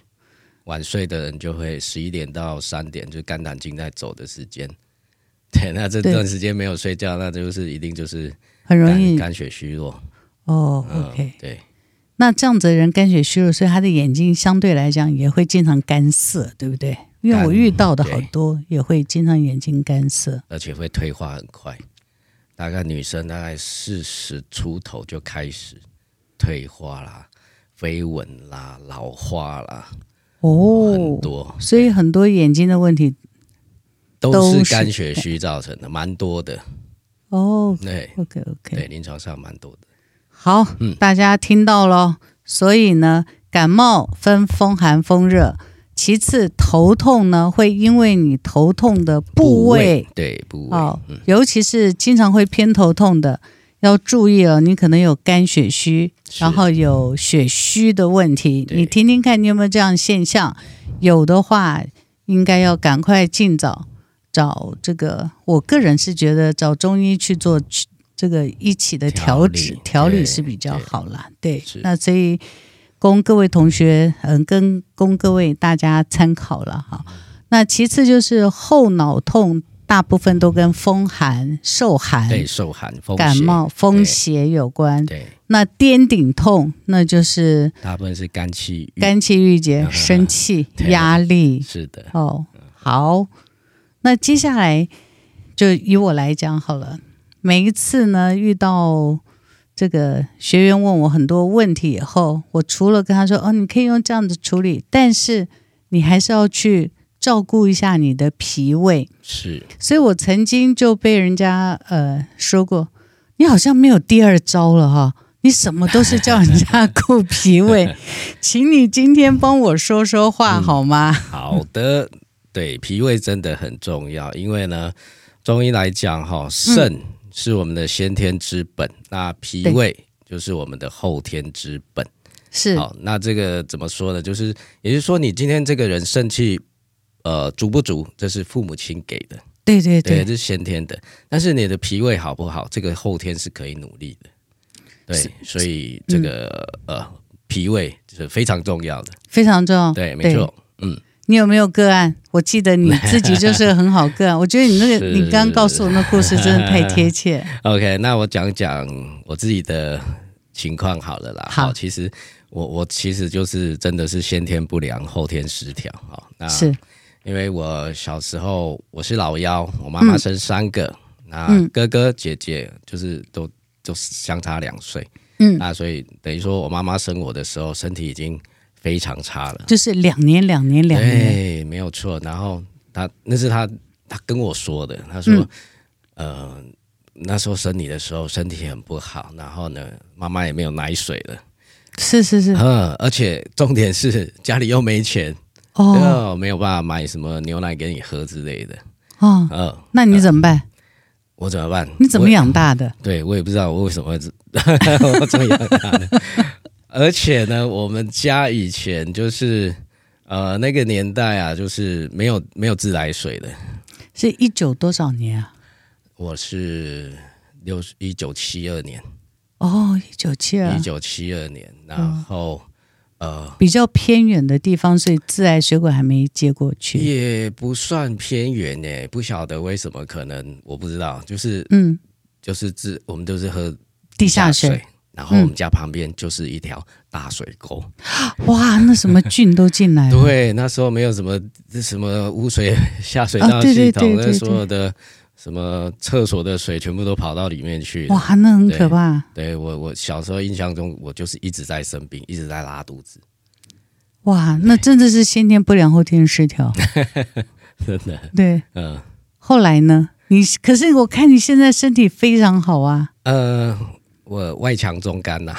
[SPEAKER 2] 晚睡的人就会十一点到三点，就是肝胆经在走的时间。对，那这
[SPEAKER 1] 对
[SPEAKER 2] 段时间没有睡觉，那就是一嗯定就是
[SPEAKER 1] 很容
[SPEAKER 2] 肝
[SPEAKER 1] 易
[SPEAKER 2] 肝血虚弱。嗯
[SPEAKER 1] 哦。OK，、
[SPEAKER 2] 对，
[SPEAKER 1] 那这样子的人肝血虚弱，所以他的眼睛相对来讲也会经常干涩，对不对？因为我
[SPEAKER 2] 干
[SPEAKER 1] 遇到的
[SPEAKER 2] 对
[SPEAKER 1] 好多也会经常眼睛干涩。
[SPEAKER 2] 而且会退化很快，大概女生大概四十出头就开始退化啦、飞蚊啦、老化啦，
[SPEAKER 1] 哦
[SPEAKER 2] 很，多。
[SPEAKER 1] 所以很多眼睛的问题
[SPEAKER 2] 都
[SPEAKER 1] 都
[SPEAKER 2] 是
[SPEAKER 1] 是
[SPEAKER 2] 肝血虚造成的，蛮多的。
[SPEAKER 1] 哦
[SPEAKER 2] 对
[SPEAKER 1] ，OK OK，
[SPEAKER 2] 对，临床上蛮多的。
[SPEAKER 1] 好，
[SPEAKER 2] 嗯
[SPEAKER 1] 大家听到咯。所以呢，感冒分风寒、风热。其次，头痛呢会因为你头痛的部位，
[SPEAKER 2] 对部位，
[SPEAKER 1] 哦，尤其是经常会偏头痛的，要注意了。你可能有肝血虚，
[SPEAKER 2] 是
[SPEAKER 1] 然后有血虚的问题。
[SPEAKER 2] 对
[SPEAKER 1] 你听听看，你有没有这样现象？有的话，应该要赶快尽早找这个。我个人是觉得找中医去做去这个一起的调
[SPEAKER 2] 调理
[SPEAKER 1] 理，调理
[SPEAKER 2] 对
[SPEAKER 1] 是比较好啦。对
[SPEAKER 2] 是，
[SPEAKER 1] 那所以供各位同学，嗯，跟供各位大家参考了哈。
[SPEAKER 2] 嗯
[SPEAKER 1] 那其次就是后脑痛，大部分都跟风寒、受寒、
[SPEAKER 2] 对受寒、风
[SPEAKER 1] 感
[SPEAKER 2] 邪，
[SPEAKER 1] 冒、风邪有关。
[SPEAKER 2] 对，
[SPEAKER 1] 那颠顶痛，那就是
[SPEAKER 2] 大部分是肝气郁。
[SPEAKER 1] 肝气郁结、
[SPEAKER 2] 嗯
[SPEAKER 1] 生气、
[SPEAKER 2] 对
[SPEAKER 1] 压力。
[SPEAKER 2] 是的，
[SPEAKER 1] 哦，好，那接下来就以我来讲好了。每一次呢，遇到这个学员问我很多问题以后，我除了跟他说哦，你可以用这样子处理，但是你还是要去照顾一下你的脾胃。
[SPEAKER 2] 是
[SPEAKER 1] 所以我曾经就被人家呃说过，你好像没有第二招了哈，你什么都是叫人家顾脾
[SPEAKER 2] *laughs*
[SPEAKER 1] 胃，请你今天帮我说说话
[SPEAKER 2] 嗯
[SPEAKER 1] 好吗？
[SPEAKER 2] 好的。对，脾胃真的很重要，因为呢，中医来讲哈，肾是我们的先天之本，那脾
[SPEAKER 1] 嗯对
[SPEAKER 2] 胃就是我们的后天之本。
[SPEAKER 1] 是，
[SPEAKER 2] 好，那这个怎么说呢？就是，也就是说，你今天这个人肾气，呃，足不足，这是父母亲给的，
[SPEAKER 1] 对对
[SPEAKER 2] 对，
[SPEAKER 1] 对，
[SPEAKER 2] 这是先天的。但是你的脾胃好不好，这个后天是可以努力的。对，所以这个、呃，脾胃是非常重要的。
[SPEAKER 1] 非常重要。
[SPEAKER 2] 对，没错，嗯，
[SPEAKER 1] 你有没有个案？我记得你自己就是个很好个案，我觉得你那个
[SPEAKER 2] *laughs* 是
[SPEAKER 1] 你刚刚告诉我那故事真的太贴
[SPEAKER 2] *laughs*
[SPEAKER 1] 切。
[SPEAKER 2] OK，那我讲讲我自己的情况好了啦。
[SPEAKER 1] 好
[SPEAKER 2] 其实我我其实就是真的是先天不良，后天失调。好，那
[SPEAKER 1] 是
[SPEAKER 2] 因为我小时候我是老幺，我
[SPEAKER 1] 嗯
[SPEAKER 2] 妈妈生三个，那哥哥姐姐就是都都相差两岁，
[SPEAKER 1] 嗯，
[SPEAKER 2] 那所以等于说我妈妈生我的时候身体已经非常差了，
[SPEAKER 1] 就是两年两年两年，
[SPEAKER 2] 对，没有错。然后她那是她她跟我说的，她说，
[SPEAKER 1] 嗯
[SPEAKER 2] 呃，那时候生你的时候身体很不好，然后呢，妈妈也没有奶水了，
[SPEAKER 1] 是是是，
[SPEAKER 2] 嗯，而且重点是家里又没钱，
[SPEAKER 1] 哦
[SPEAKER 2] 哦，没有办法买什么牛奶给你喝之类的，
[SPEAKER 1] 哦，
[SPEAKER 2] 嗯。
[SPEAKER 1] 那你怎么办？
[SPEAKER 2] 我怎么办？
[SPEAKER 1] 你怎么
[SPEAKER 2] 我也？
[SPEAKER 1] 养大的？
[SPEAKER 2] 对我也不知道我为什么 *laughs* 会这我怎么养大的。而且呢，我们家以前就是呃那个年代啊，就是没有没有自来水的。
[SPEAKER 1] 是一九多少年啊？
[SPEAKER 2] 我是六一九七二年，
[SPEAKER 1] 哦，一九七二
[SPEAKER 2] 一，九七二年，然后、呃
[SPEAKER 1] 比较偏远的地方，所以自来水管还没接过去。
[SPEAKER 2] 也不算偏远耶，不晓得为什么，可能我不知道，就是
[SPEAKER 1] 嗯，
[SPEAKER 2] 就是自我们都是喝
[SPEAKER 1] 地下水，嗯
[SPEAKER 2] 水然后我们家旁边就是一条大水沟。
[SPEAKER 1] 哇，那什么菌都进
[SPEAKER 2] *laughs*
[SPEAKER 1] 来了。
[SPEAKER 2] 对，那时候没有什么什么污水 *laughs* 下水
[SPEAKER 1] 啊
[SPEAKER 2] 道
[SPEAKER 1] 对对
[SPEAKER 2] 系统，
[SPEAKER 1] 对
[SPEAKER 2] 那
[SPEAKER 1] 对
[SPEAKER 2] 所有的什么厕所的水全部都跑到里面去了。
[SPEAKER 1] 哇，那很可怕。
[SPEAKER 2] 对我，我小时候印象中，我就是一直在生病，一直在拉肚子，
[SPEAKER 1] 哇，那真的是先天不良后天失调。
[SPEAKER 2] *laughs* 真的，
[SPEAKER 1] 对，
[SPEAKER 2] 嗯
[SPEAKER 1] 后来呢？你可是我看你现在身体非常好
[SPEAKER 2] *laughs*
[SPEAKER 1] 啊，
[SPEAKER 2] 呃，我外强中干呐、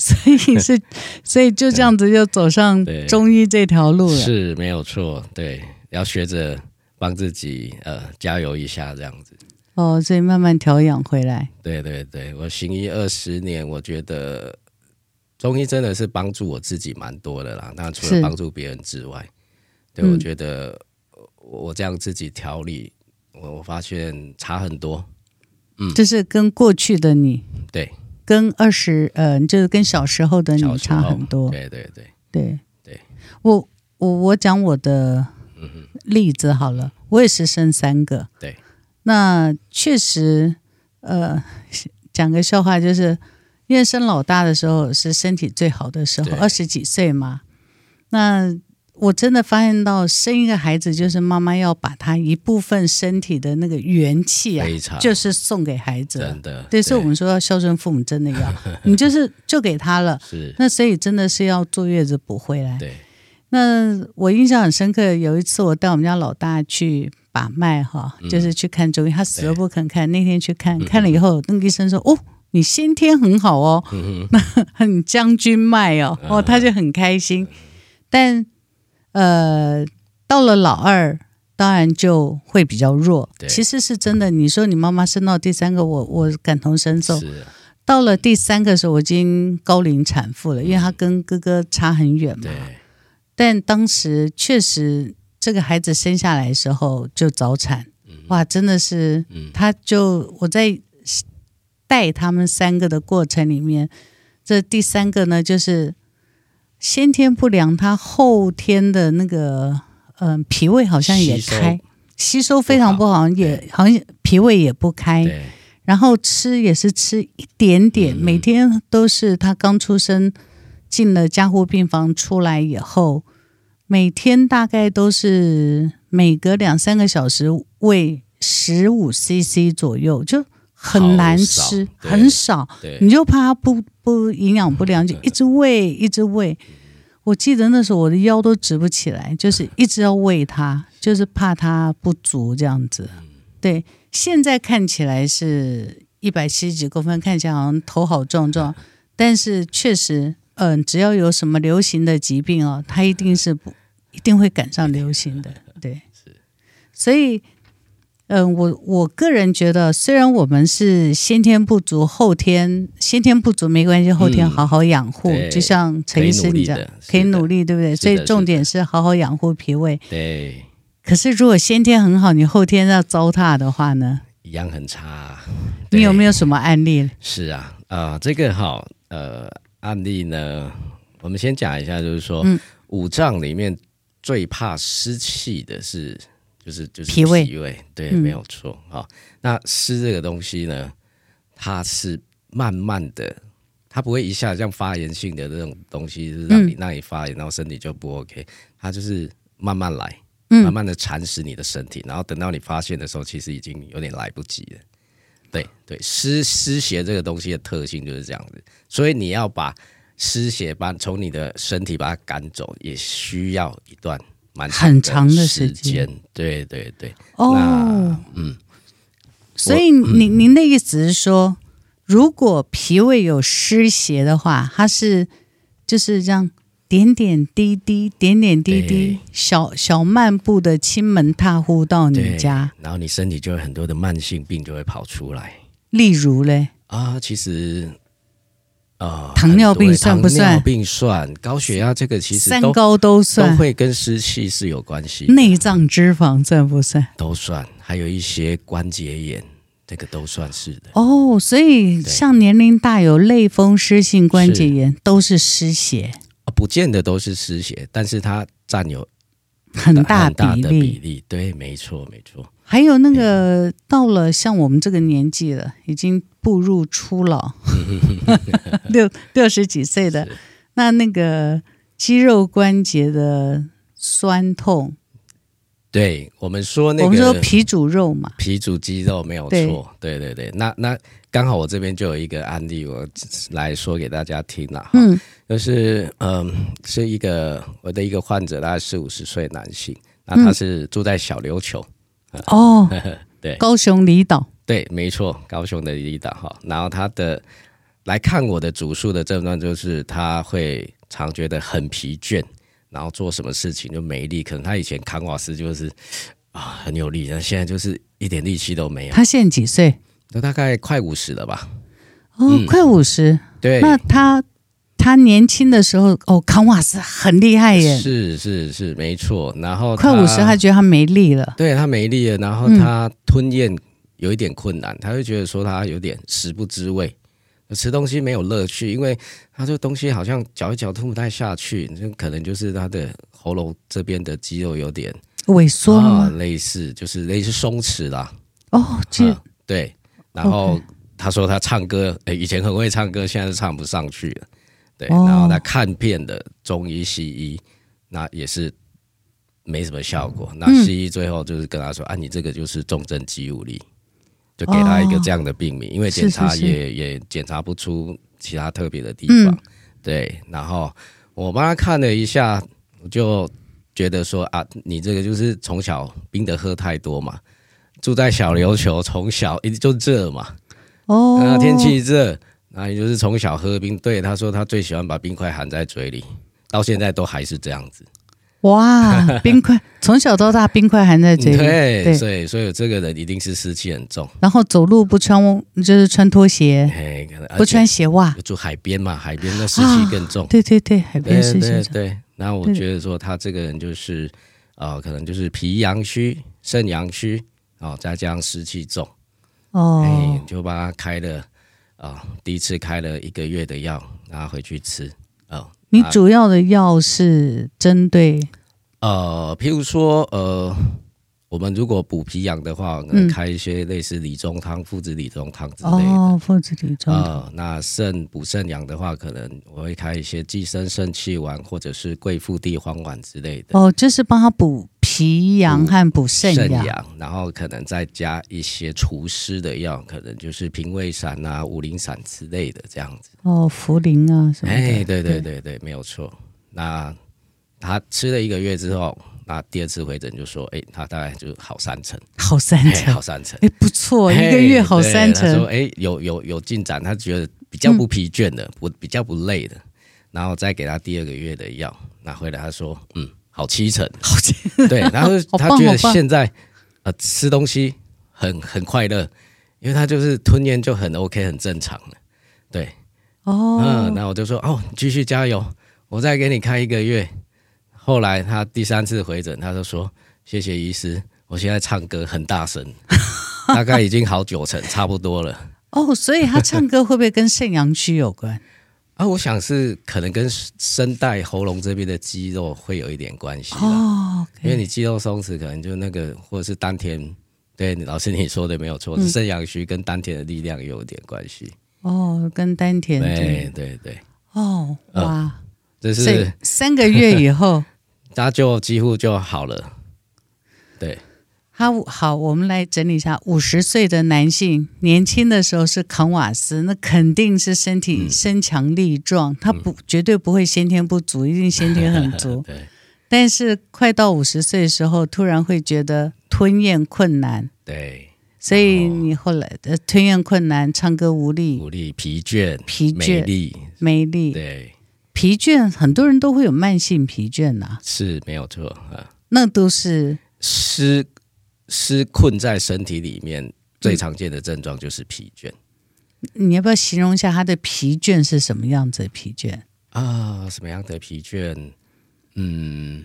[SPEAKER 1] 所以是，所以就这样子就走上
[SPEAKER 2] 对
[SPEAKER 1] 中医这条路了。
[SPEAKER 2] *laughs* 是没有错，对，要学着帮自己呃加油一下这样子。
[SPEAKER 1] 哦，所以慢慢调养回来。
[SPEAKER 2] 对对对，我行医二十年，我觉得中医真的是帮助我自己蛮多的啦。那除
[SPEAKER 1] 是
[SPEAKER 2] 了帮助别人之外，对、
[SPEAKER 1] 嗯
[SPEAKER 2] 我觉得我我这样自己调理，我我发现差很多。
[SPEAKER 1] 就是跟过去的你，
[SPEAKER 2] 对，
[SPEAKER 1] 跟二十，嗯，就是跟小时候的你
[SPEAKER 2] 小
[SPEAKER 1] 嗯
[SPEAKER 2] 时
[SPEAKER 1] 差
[SPEAKER 2] 候
[SPEAKER 1] 很多。
[SPEAKER 2] 对对对，
[SPEAKER 1] 对
[SPEAKER 2] 对，嗯
[SPEAKER 1] 我我我讲我的例子好了，我也是生三个。
[SPEAKER 2] 对，
[SPEAKER 1] 那确实，呃，讲个笑话，就是因为生老大的时候是身体最好的时候，
[SPEAKER 2] 对
[SPEAKER 1] 二十几岁嘛。那我真的发现到生一个孩子，就是妈妈要把她一部分身体的那个元气啊，
[SPEAKER 2] 非常
[SPEAKER 1] 就是送给孩子了。
[SPEAKER 2] 真的。
[SPEAKER 1] 对，所以我们说要孝顺父母，真 *laughs* 的要，你就是就给他了。
[SPEAKER 2] 是
[SPEAKER 1] 那所以真的是要坐月子补回来。
[SPEAKER 2] 对
[SPEAKER 1] 那我印象很深刻，有一次我带我们家老大去把脉哈，
[SPEAKER 2] 嗯
[SPEAKER 1] 就是去看中医，他死都不肯看。那天去看，看了以后，那个医生说：“哦，你先天很好哦，
[SPEAKER 2] 嗯
[SPEAKER 1] *laughs* 那很将军脉哦。”哦，他就很开心。
[SPEAKER 2] 嗯
[SPEAKER 1] 但呃，到了老二，当然就会比较弱。
[SPEAKER 2] 对
[SPEAKER 1] 其实是真的，你说你妈妈生到第三个，我我感同身受。
[SPEAKER 2] 是啊
[SPEAKER 1] 到了第三个时候，我已经高龄产妇了，因为她跟哥哥差很远嘛。
[SPEAKER 2] 对，
[SPEAKER 1] 但当时确实这个孩子生下来的时候就早产，哇，真的是，他就我在带他们三个的过程里面，这第三个呢就是先天不良，他后天的那个嗯、脾胃好像也
[SPEAKER 2] 吸收
[SPEAKER 1] 开。吸收非常不好，也好像脾胃也不开，
[SPEAKER 2] 对，
[SPEAKER 1] 然后吃也是吃一点点，
[SPEAKER 2] 嗯
[SPEAKER 1] 每天都是他刚出生进了加护病房出来以后，每天大概都是每隔两三个小时喂十五 CC 左右，就很难吃，
[SPEAKER 2] 好少对
[SPEAKER 1] 很少，
[SPEAKER 2] 对
[SPEAKER 1] 你就怕他不不营养不良，就一直喂，一直喂。我记得那时候我的腰都直不起来，就是一直要喂它，就是怕它不足这样子。
[SPEAKER 2] 嗯
[SPEAKER 1] 对，现在看起来是一百七十几公分，看起来好像头好壮壮，
[SPEAKER 2] 嗯
[SPEAKER 1] 但是确实，嗯、只要有什么流行的疾病哦，它一定是不一定会赶上流行
[SPEAKER 2] *laughs*
[SPEAKER 1] 的。对，所以。嗯，我我个人觉得，虽然我们是先天不足，后天先天不足没关系，后天
[SPEAKER 2] 嗯
[SPEAKER 1] 好好养护，
[SPEAKER 2] 对
[SPEAKER 1] 就像陈医师，
[SPEAKER 2] 可以努力
[SPEAKER 1] 你讲
[SPEAKER 2] 的
[SPEAKER 1] 可以
[SPEAKER 2] 是的
[SPEAKER 1] 努力，对不对？
[SPEAKER 2] 的
[SPEAKER 1] 所以
[SPEAKER 2] 是的
[SPEAKER 1] 重点是好好养护脾胃。
[SPEAKER 2] 对，
[SPEAKER 1] 可是如果先天很好，你后天要糟蹋的话呢？
[SPEAKER 2] 一样很差啊。
[SPEAKER 1] 你有
[SPEAKER 2] 对
[SPEAKER 1] 没有什么案例？
[SPEAKER 2] 是啊，啊、这个哈，呃，案例呢，我们先讲一下，就是说，五脏里面最怕湿气的是，就是就是
[SPEAKER 1] 脾胃
[SPEAKER 2] 对，
[SPEAKER 1] 嗯
[SPEAKER 2] 没有错。好、那湿这个东西呢，它是慢慢的，它不会一下像发炎性的这种东西，就是
[SPEAKER 1] 嗯
[SPEAKER 2] 让你、让你发炎，然后身体就不 OK，它就是慢慢来。
[SPEAKER 1] 嗯
[SPEAKER 2] 慢慢的蚕食你的身体，然后等到你发现的时候，其实已经有点来不及了。对对，湿湿邪这个东西的特性就是这样子，所以你要把湿邪把从你的身体把它赶走，也需要一段蛮
[SPEAKER 1] 很长的时
[SPEAKER 2] 时
[SPEAKER 1] 间
[SPEAKER 2] 间。对对对，
[SPEAKER 1] 哦，嗯，所以您
[SPEAKER 2] 嗯
[SPEAKER 1] 您的意思是说，如果脾胃有湿邪的话，它是就是这样点点滴滴、点点滴滴
[SPEAKER 2] 对、
[SPEAKER 1] 小小漫步的亲门踏户到你家。
[SPEAKER 2] 然后你身体就会很多的慢性病就会跑出来
[SPEAKER 1] 例如嘞，
[SPEAKER 2] 啊。其实啊，
[SPEAKER 1] 糖尿病
[SPEAKER 2] 很多
[SPEAKER 1] 算不算
[SPEAKER 2] 糖尿病算，高血压这个其实
[SPEAKER 1] 三
[SPEAKER 2] 都
[SPEAKER 1] 高都
[SPEAKER 2] 都
[SPEAKER 1] 算，
[SPEAKER 2] 会跟湿气是有关系的。
[SPEAKER 1] 内脏脂肪算不算？
[SPEAKER 2] 都算，还有一些关节炎，这个都算是的。
[SPEAKER 1] 哦，所以
[SPEAKER 2] 对
[SPEAKER 1] 像年龄大有类风湿性关节炎，都是湿邪，
[SPEAKER 2] 啊不见得都是湿邪，但是它占有呃
[SPEAKER 1] 很大
[SPEAKER 2] 很大
[SPEAKER 1] 比
[SPEAKER 2] 的
[SPEAKER 1] 例。
[SPEAKER 2] 比例。对，没错，没错。
[SPEAKER 1] 还有那个到了像我们这个年纪了，已经步入初老， *laughs* 六六十几岁的，那那个肌肉关节的酸痛，
[SPEAKER 2] 对我们说那
[SPEAKER 1] 我们说
[SPEAKER 2] 个
[SPEAKER 1] 皮主肉嘛，
[SPEAKER 2] 皮组肌肉没有错，对对对。那那刚好我这边就有一个案例，我来说给大家听了哈。 *laughs*
[SPEAKER 1] 嗯
[SPEAKER 2] 就是嗯，是一个我的一个患者，大概四五十岁男性，那
[SPEAKER 1] 嗯
[SPEAKER 2] 他是住在小琉球，
[SPEAKER 1] 哦，
[SPEAKER 2] *laughs* 对
[SPEAKER 1] 高雄离岛，
[SPEAKER 2] 对，没错，高雄的离岛哈。然后他的来看我的主诉的症状就是，他会常觉得很疲倦，然后做什么事情就没力。可能他以前扛瓦斯就是啊很有力，但现在就是一点力气都没有。
[SPEAKER 1] 他现在几岁？
[SPEAKER 2] 都大概快五十了吧？
[SPEAKER 1] 哦，
[SPEAKER 2] 嗯
[SPEAKER 1] 快五十，
[SPEAKER 2] 对，
[SPEAKER 1] 那他他年轻的时候，哦，康瓦斯很厉害耶，
[SPEAKER 2] 是是是，没错。然后
[SPEAKER 1] 快五十，他觉得他没力了。
[SPEAKER 2] 对他没力了，然后
[SPEAKER 1] 嗯
[SPEAKER 2] 他吞咽有一点困难，他就觉得说他有点食不知味，吃东西没有乐趣，因为他这东西好像嚼一嚼吞不太下去，就可能就是他的喉咙这边的肌肉有点
[SPEAKER 1] 萎缩了
[SPEAKER 2] 啊
[SPEAKER 1] 吗？，
[SPEAKER 2] 类似就是类似松弛啦，
[SPEAKER 1] 哦，这
[SPEAKER 2] 嗯对，然后他说他唱歌，诶以前很会唱歌，现在都唱不上去了。对，
[SPEAKER 1] 哦
[SPEAKER 2] 然后他看遍了中医、西医，那也是没什么效果。
[SPEAKER 1] 嗯
[SPEAKER 2] 那西医最后就是跟他说：“啊，你这个就是重症肌无力。”就给他一个这样的病名，因为检查
[SPEAKER 1] 哦是是是
[SPEAKER 2] 也也检查不出其他特别的地方。
[SPEAKER 1] 嗯
[SPEAKER 2] 对，然后我帮他看了一下，我就觉得说啊，你这个就是从小冰的喝太多嘛，住在小琉球，从小一直就热嘛，
[SPEAKER 1] 哦，
[SPEAKER 2] 那天气热，那也就是从小喝冰。对，他说他最喜欢把冰块含在嘴里，到现在都还是这样子。
[SPEAKER 1] 哇，冰块从小到大冰块含在嘴里，对
[SPEAKER 2] 嗯对，所以所以这个人一定是湿气很重，
[SPEAKER 1] 然后走路不穿就是穿拖鞋，
[SPEAKER 2] 哎，可能而且
[SPEAKER 1] 不穿啊鞋袜，
[SPEAKER 2] 住海边嘛，海边那湿气更重。
[SPEAKER 1] 对对对，海边
[SPEAKER 2] 对
[SPEAKER 1] 是
[SPEAKER 2] 对
[SPEAKER 1] 先生，
[SPEAKER 2] 对，那我
[SPEAKER 1] 对
[SPEAKER 2] 觉得说他这个人就是，呃，可能就是脾阳虚、肾阳虚，哦，再加上湿气重，哎、
[SPEAKER 1] 哦，
[SPEAKER 2] 就帮他开了，啊、第一次开了一个月的药，让他回去吃，哦，
[SPEAKER 1] 你
[SPEAKER 2] 啊
[SPEAKER 1] 主要的药是针对
[SPEAKER 2] 呃，譬如说，呃，我们如果补脾阳的话，可
[SPEAKER 1] 嗯
[SPEAKER 2] 能开一些类似理中汤、附子理中汤之类的。
[SPEAKER 1] 哦，附子体中毒，
[SPEAKER 2] 呃，那肾补肾阳的话，可能我会开一些寄生肾气丸或者是桂附地黄丸之类的
[SPEAKER 1] 哦，就是帮他补脾阳和补肾阳，
[SPEAKER 2] 阳，然后可能再加一些除湿的药，可能就是平胃散啊、五苓散之类的这样子。
[SPEAKER 1] 哦，茯苓啊什么的，
[SPEAKER 2] 哎，对对对对，没有错。那他吃了一个月之后，那第二次回诊就说，哎，他大概就好三成，
[SPEAKER 1] 好三
[SPEAKER 2] 哎
[SPEAKER 1] 成，
[SPEAKER 2] 好三成。
[SPEAKER 1] 哎，不错，一个月好三
[SPEAKER 2] 嘿对他说
[SPEAKER 1] 成，
[SPEAKER 2] 哎、有有有进展，他觉得比较不疲倦的，不比较不累的，然后再给他第二个月的药，拿回来他说嗯，好七成，好七对，然后
[SPEAKER 1] *laughs* 好棒
[SPEAKER 2] 他觉得
[SPEAKER 1] 好棒
[SPEAKER 2] 现在呃吃东西很很快乐，因为他就是吞咽就很 OK 很正常了，对，嗯，
[SPEAKER 1] 哦，
[SPEAKER 2] 那我就说哦，你继续加油，我再给你看一个月。后来他第三次回诊，他就说谢谢医师，我现在唱歌很大
[SPEAKER 1] *laughs*
[SPEAKER 2] 声，大概已经好九成，差不多了。
[SPEAKER 1] 哦，所以他唱歌会不会跟肾阳虚有
[SPEAKER 2] *laughs*
[SPEAKER 1] 关？
[SPEAKER 2] 啊，我想是可能跟声带、喉咙这边的肌肉会有一点关系啦，
[SPEAKER 1] 哦
[SPEAKER 2] 因为
[SPEAKER 1] ，OK，
[SPEAKER 2] 你肌肉松弛，可能就那个或者是丹田。对，你老师你说的没有错，
[SPEAKER 1] 嗯
[SPEAKER 2] 是肾阳虚跟丹田的力量有点关系。
[SPEAKER 1] 哦，跟丹田
[SPEAKER 2] 对
[SPEAKER 1] 对，
[SPEAKER 2] 对对，
[SPEAKER 1] 哦，
[SPEAKER 2] 嗯
[SPEAKER 1] 哇。
[SPEAKER 2] 这
[SPEAKER 1] 所以
[SPEAKER 2] 是
[SPEAKER 1] 三个月以
[SPEAKER 2] *laughs*
[SPEAKER 1] 后，
[SPEAKER 2] 他就几乎就好了。对，
[SPEAKER 1] 他好，我们来整理一下：五十岁的男性，年轻的时候是扛瓦斯，那肯定是身
[SPEAKER 2] 嗯
[SPEAKER 1] 体身强力壮，他不、绝对不会先天不足，一定先天很足。
[SPEAKER 2] *laughs* 对
[SPEAKER 1] 但是快到五十岁的时候，突然会觉得吞咽困难，
[SPEAKER 2] 对，
[SPEAKER 1] 所以你后来的、呃吞咽困难，唱歌无力。
[SPEAKER 2] 哦无力、疲倦、
[SPEAKER 1] 疲
[SPEAKER 2] 美
[SPEAKER 1] 倦、
[SPEAKER 2] 丽，
[SPEAKER 1] 没力、
[SPEAKER 2] 对，
[SPEAKER 1] 疲倦，很多人都会有慢性疲倦呐、
[SPEAKER 2] 是没有错啊。
[SPEAKER 1] 那都是
[SPEAKER 2] 湿湿困在身体里面，
[SPEAKER 1] 嗯
[SPEAKER 2] 最常见的症状就是疲倦
[SPEAKER 1] 你要不要形容一下他的疲倦是什么样子的疲倦？
[SPEAKER 2] 啊。什么样的疲倦？嗯，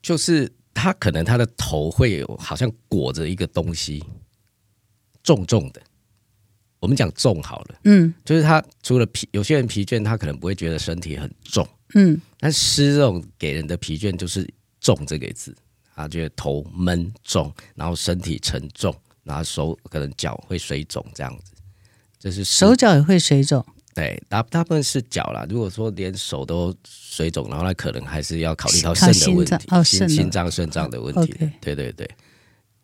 [SPEAKER 2] 就是他可能他的头会有好像裹着一个东西，重重的。我们讲重好了，
[SPEAKER 1] 嗯
[SPEAKER 2] 就是他除了疲，有些人疲倦，他可能不会觉得身体很重。
[SPEAKER 1] 嗯，
[SPEAKER 2] 但湿这种给人的疲倦就是“重”这个字，他觉得头闷重，然后身体沉重，然后手可能脚会水肿这样子，这是湿
[SPEAKER 1] 手脚也会水肿，
[SPEAKER 2] 对大大部分是脚啦。如果说连手都水肿，然后那可能还是要考虑到
[SPEAKER 1] 靠
[SPEAKER 2] 肾的
[SPEAKER 1] 心
[SPEAKER 2] 问
[SPEAKER 1] 脏
[SPEAKER 2] 题，
[SPEAKER 1] 哦肾
[SPEAKER 2] 心
[SPEAKER 1] 的
[SPEAKER 2] 心脏肾脏的问题。
[SPEAKER 1] OK
[SPEAKER 2] 对对对，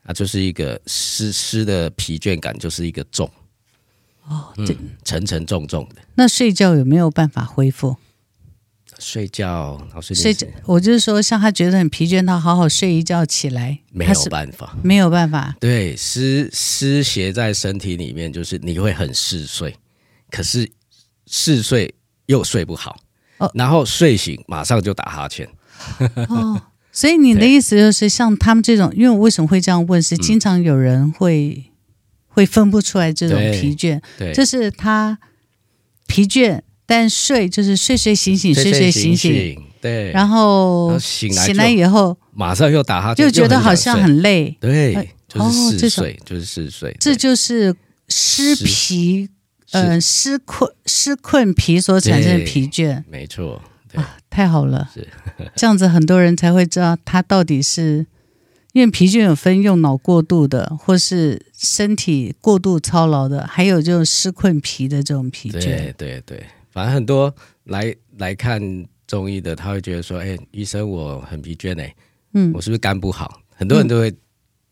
[SPEAKER 2] 啊，就是一个湿湿的疲倦感，就是一个重
[SPEAKER 1] 哦，
[SPEAKER 2] 嗯
[SPEAKER 1] 这
[SPEAKER 2] 沉沉重重的。
[SPEAKER 1] 那睡觉有没有办法恢复？
[SPEAKER 2] 睡觉，老师，
[SPEAKER 1] 睡觉，我就是说，像他觉得很疲倦，他好好睡一觉起来，
[SPEAKER 2] 没
[SPEAKER 1] 他
[SPEAKER 2] 有
[SPEAKER 1] 是
[SPEAKER 2] 办法。
[SPEAKER 1] 没有办
[SPEAKER 2] *laughs*
[SPEAKER 1] 法。
[SPEAKER 2] 对，湿湿邪在身体里面，就是你会很嗜睡，可是嗜睡又睡不好，
[SPEAKER 1] 哦
[SPEAKER 2] 然后睡醒马上就打哈欠。
[SPEAKER 1] 哦，所以你的意思就是，像他们这种，因为我为什么会这样问，是经常有人会、会分不出来这种
[SPEAKER 2] 对
[SPEAKER 1] 疲倦，
[SPEAKER 2] 对，
[SPEAKER 1] 这是他疲倦，但睡就是睡睡醒醒，睡
[SPEAKER 2] 睡
[SPEAKER 1] 醒醒，
[SPEAKER 2] 醒，对，
[SPEAKER 1] 然
[SPEAKER 2] 然
[SPEAKER 1] 后
[SPEAKER 2] 后醒来
[SPEAKER 1] 醒来
[SPEAKER 2] 就
[SPEAKER 1] 以后
[SPEAKER 2] 马上又打哈欠，
[SPEAKER 1] 就觉得
[SPEAKER 2] 啊又
[SPEAKER 1] 好
[SPEAKER 2] 很
[SPEAKER 1] 像
[SPEAKER 2] 想睡
[SPEAKER 1] 很累，哎
[SPEAKER 2] 对，就
[SPEAKER 1] 哦
[SPEAKER 2] 是
[SPEAKER 1] 这
[SPEAKER 2] 嗜
[SPEAKER 1] 种
[SPEAKER 2] 睡，就是嗜睡，
[SPEAKER 1] 这
[SPEAKER 2] 对
[SPEAKER 1] 就是湿
[SPEAKER 2] 是
[SPEAKER 1] 疲
[SPEAKER 2] 是
[SPEAKER 1] 呃，失困失困疲所产生的
[SPEAKER 2] 对
[SPEAKER 1] 疲倦
[SPEAKER 2] 没错，对
[SPEAKER 1] 啊，太好了
[SPEAKER 2] 是，
[SPEAKER 1] *laughs* 这样子很多人才会知道他到底是，因为疲倦有分用脑过度的，或是身体过度操劳的，还有就是失困疲的这种疲倦
[SPEAKER 2] 对对对，反正很多来来看中医的，他会觉得说，哎，医生我很疲倦哎、
[SPEAKER 1] 嗯
[SPEAKER 2] 我是不是肝不好？很多人都会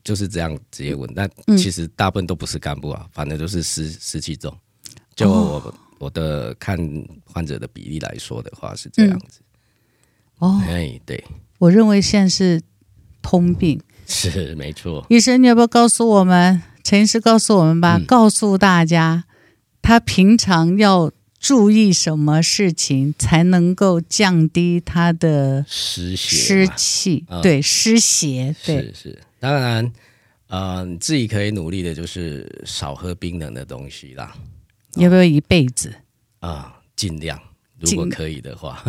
[SPEAKER 2] 就是这样直接问，但
[SPEAKER 1] 嗯
[SPEAKER 2] 其实大部分都不是肝不好，反正都是湿湿气重。
[SPEAKER 1] 哦
[SPEAKER 2] 就我、我的看患者的比例来说的话是这样子，
[SPEAKER 1] 哦，
[SPEAKER 2] 哎，对，
[SPEAKER 1] 我认为现在是通病。
[SPEAKER 2] 是没错，
[SPEAKER 1] 医生，你要不要告诉我们？陈医师告诉我们吧，
[SPEAKER 2] 嗯
[SPEAKER 1] 告诉大家他平常要注意什么事情，才能够降低他的
[SPEAKER 2] 失血
[SPEAKER 1] 湿
[SPEAKER 2] 嘛，
[SPEAKER 1] 气，
[SPEAKER 2] 啊
[SPEAKER 1] 对湿邪，对
[SPEAKER 2] 是啊是，当然，呃，你自己可以努力的，就是少喝冰冷的东西啦，
[SPEAKER 1] 要不要一辈子？
[SPEAKER 2] 啊、尽量，如
[SPEAKER 1] 尽
[SPEAKER 2] 果可以的话，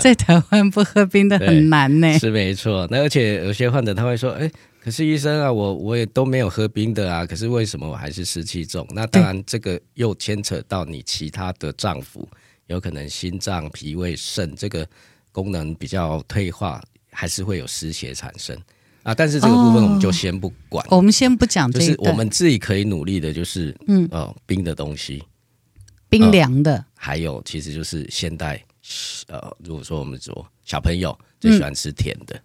[SPEAKER 1] 在台湾不喝冰的
[SPEAKER 2] 嗯对
[SPEAKER 1] 很难呢、
[SPEAKER 2] 是没错。那而且有些患者他会说，哎，可是医生啊，我我也都没有喝冰的啊，可是为什么我还是湿气重？那当然，这个又牵扯到你其他的脏腑，有可能心脏、脾胃、肾这个功能比较退化，还是会有湿邪产生啊。但是这个部分
[SPEAKER 1] 哦
[SPEAKER 2] 我们就先不管。
[SPEAKER 1] 我们先不讲
[SPEAKER 2] 就
[SPEAKER 1] 这一
[SPEAKER 2] 是我
[SPEAKER 1] 段，
[SPEAKER 2] 们啊自己可以努力的，就是嗯呃冰的东西，
[SPEAKER 1] 冰凉的，
[SPEAKER 2] 还有其实就是现代呃，如果说我们说小朋友
[SPEAKER 1] 嗯
[SPEAKER 2] 最喜欢吃甜的，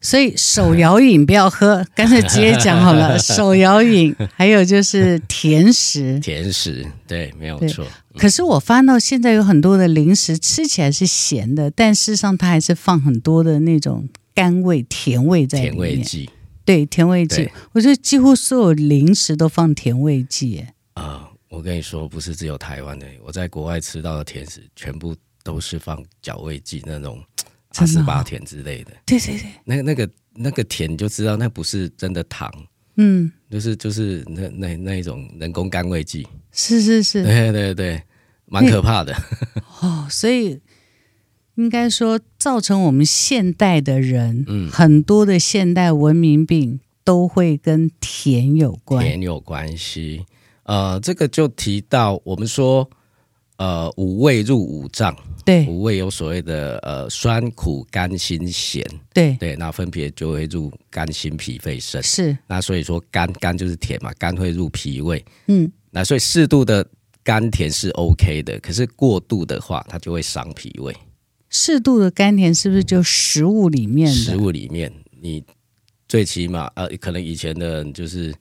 [SPEAKER 1] 所以手摇
[SPEAKER 2] *laughs*
[SPEAKER 1] 饮不要喝，干脆直接讲好了。手摇饮，还有就是甜食。
[SPEAKER 2] 甜食，对，没有
[SPEAKER 1] 对
[SPEAKER 2] 错，
[SPEAKER 1] 可是我发现到现在有很多的零食吃起来是咸的，但事实上它还是放很多的那种甘味、甜味在里面。
[SPEAKER 2] 甜味剂
[SPEAKER 1] 对甜味剂
[SPEAKER 2] 对，
[SPEAKER 1] 我觉得几乎所有零食都放甜味剂耶。
[SPEAKER 2] 啊、我跟你说，不是只有台湾的，我在国外吃到的甜食全部都是放搅味剂那种阿
[SPEAKER 1] 真的
[SPEAKER 2] 斯
[SPEAKER 1] 哦
[SPEAKER 2] 巴甜之类的，
[SPEAKER 1] 对对对，
[SPEAKER 2] 那那个那个甜你就知道那不是真的糖，
[SPEAKER 1] 嗯，
[SPEAKER 2] 就是就是那那那一种人工甘味剂，
[SPEAKER 1] 是是是。
[SPEAKER 2] *laughs* 对对对，蛮
[SPEAKER 1] 那
[SPEAKER 2] 可怕的。
[SPEAKER 1] 哦，所以应该说，造成我们现代的人，
[SPEAKER 2] 嗯
[SPEAKER 1] 很多的现代文明病都会跟甜有关。
[SPEAKER 2] 甜有关系。呃，这个就提到我们说，呃，五味入五脏，
[SPEAKER 1] 对
[SPEAKER 2] 五味有所谓的呃酸、苦、甘、辛、咸，
[SPEAKER 1] 对
[SPEAKER 2] 对，那分别就会入肝、心、脾、肺、肾。
[SPEAKER 1] 是，
[SPEAKER 2] 那所以说肝，肝就是甜嘛，肝会入脾胃。
[SPEAKER 1] 嗯，
[SPEAKER 2] 那所以适度的甘甜是 OK 的，可是过度的话，它就会伤脾胃。
[SPEAKER 1] 适度的甘甜是不是就食物里面
[SPEAKER 2] 食
[SPEAKER 1] 的？
[SPEAKER 2] 物里面，你最起码呃，可能以前的人就是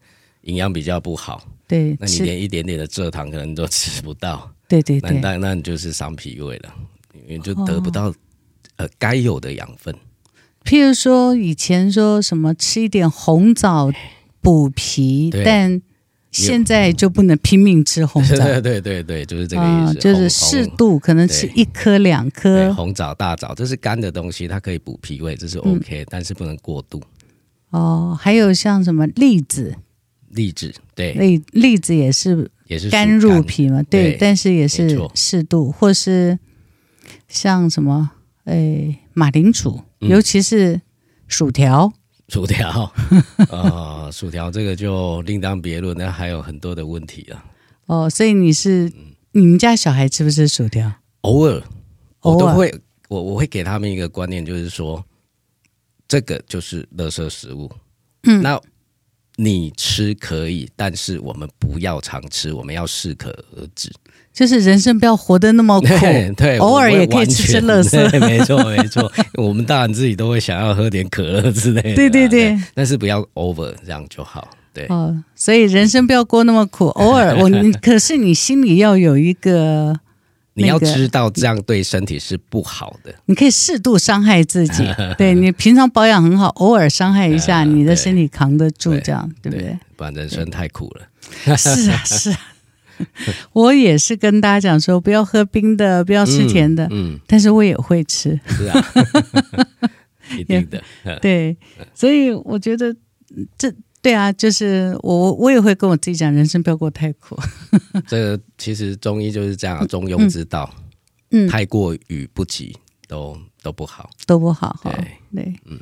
[SPEAKER 2] 营养比较不好，
[SPEAKER 1] 对，
[SPEAKER 2] 那你
[SPEAKER 1] 吃
[SPEAKER 2] 连一点点的蔗糖可能都吃不到，
[SPEAKER 1] 对对
[SPEAKER 2] 那
[SPEAKER 1] 对，
[SPEAKER 2] 那那你就是伤脾胃了，因为就得不
[SPEAKER 1] 哦
[SPEAKER 2] 到、呃该有的养分。
[SPEAKER 1] 譬如说以前说什么吃一点红枣补脾，
[SPEAKER 2] 对
[SPEAKER 1] 但现在就不能拼命吃红枣
[SPEAKER 2] *laughs* 对对对对，就是这个意
[SPEAKER 1] 啊
[SPEAKER 2] 思，，
[SPEAKER 1] 就是
[SPEAKER 2] 红
[SPEAKER 1] 适
[SPEAKER 2] 红
[SPEAKER 1] 度，可能吃
[SPEAKER 2] 对
[SPEAKER 1] 一颗两
[SPEAKER 2] 对
[SPEAKER 1] 颗。
[SPEAKER 2] 红枣、大枣，这是干的东西，它可以补脾胃，这是
[SPEAKER 1] 嗯
[SPEAKER 2] OK，、但是不能过度。
[SPEAKER 1] 哦，还有像什么栗子，
[SPEAKER 2] 荔枝对，
[SPEAKER 1] 栗栗子也是
[SPEAKER 2] 也是属
[SPEAKER 1] 甘入，脾嘛，
[SPEAKER 2] 对
[SPEAKER 1] 对，但是也
[SPEAKER 2] 没
[SPEAKER 1] 是
[SPEAKER 2] 错
[SPEAKER 1] 适度，或是像什么，诶、马铃薯，
[SPEAKER 2] 嗯
[SPEAKER 1] 尤其是薯条，
[SPEAKER 2] 薯
[SPEAKER 1] *laughs*
[SPEAKER 2] 条呃，薯条这个就另当别论，那还有很多的问题啊。
[SPEAKER 1] 哦，所以你
[SPEAKER 2] 嗯
[SPEAKER 1] 是你们家小孩吃不吃薯条？
[SPEAKER 2] 偶尔我
[SPEAKER 1] 偶
[SPEAKER 2] 都
[SPEAKER 1] 尔
[SPEAKER 2] 会，我我会给他们一个观念，就是说，这个就是垃圾食物。嗯，那你吃可以，但是我们不要常吃，我们要适可而止。
[SPEAKER 1] 就是人生不要活得那
[SPEAKER 2] *laughs*
[SPEAKER 1] 么苦，
[SPEAKER 2] 对，对
[SPEAKER 1] 偶尔
[SPEAKER 2] 我会
[SPEAKER 1] 也可以吃吃垃
[SPEAKER 2] 完全
[SPEAKER 1] 圾
[SPEAKER 2] *laughs* 对没错，没错。我们大人自己都会想要喝点可乐之类的啊、
[SPEAKER 1] 对对对
[SPEAKER 2] 但是不要 over，这样就好。对，
[SPEAKER 1] 哦，所以人生不要过那么
[SPEAKER 2] *laughs*
[SPEAKER 1] 苦，偶尔我你可是你心里要有一个，
[SPEAKER 2] 你要
[SPEAKER 1] 那个
[SPEAKER 2] 知道这样对身体是不好的。
[SPEAKER 1] 你可以适度伤害自
[SPEAKER 2] *laughs*
[SPEAKER 1] 己，对你平常保养很好，偶尔伤害一下，你的身体扛得住，
[SPEAKER 2] 啊对
[SPEAKER 1] 这样对不对？
[SPEAKER 2] 不然人生太苦了。
[SPEAKER 1] 是啊， *laughs* 是啊，我也是跟大家讲说，不要喝冰的，不要吃甜的，
[SPEAKER 2] 嗯，
[SPEAKER 1] 但是我也会
[SPEAKER 2] *laughs*
[SPEAKER 1] 吃，
[SPEAKER 2] 是啊，
[SPEAKER 1] *laughs*
[SPEAKER 2] 一定的。
[SPEAKER 1] 对，所以我觉得嗯这对啊，就是我我也会跟我自己讲，人生不要过太苦，
[SPEAKER 2] 这个其实中医就是这样啊，中庸之道，
[SPEAKER 1] 嗯，
[SPEAKER 2] 太过与不及都都不好。
[SPEAKER 1] 都不好哈，
[SPEAKER 2] 对，
[SPEAKER 1] 对，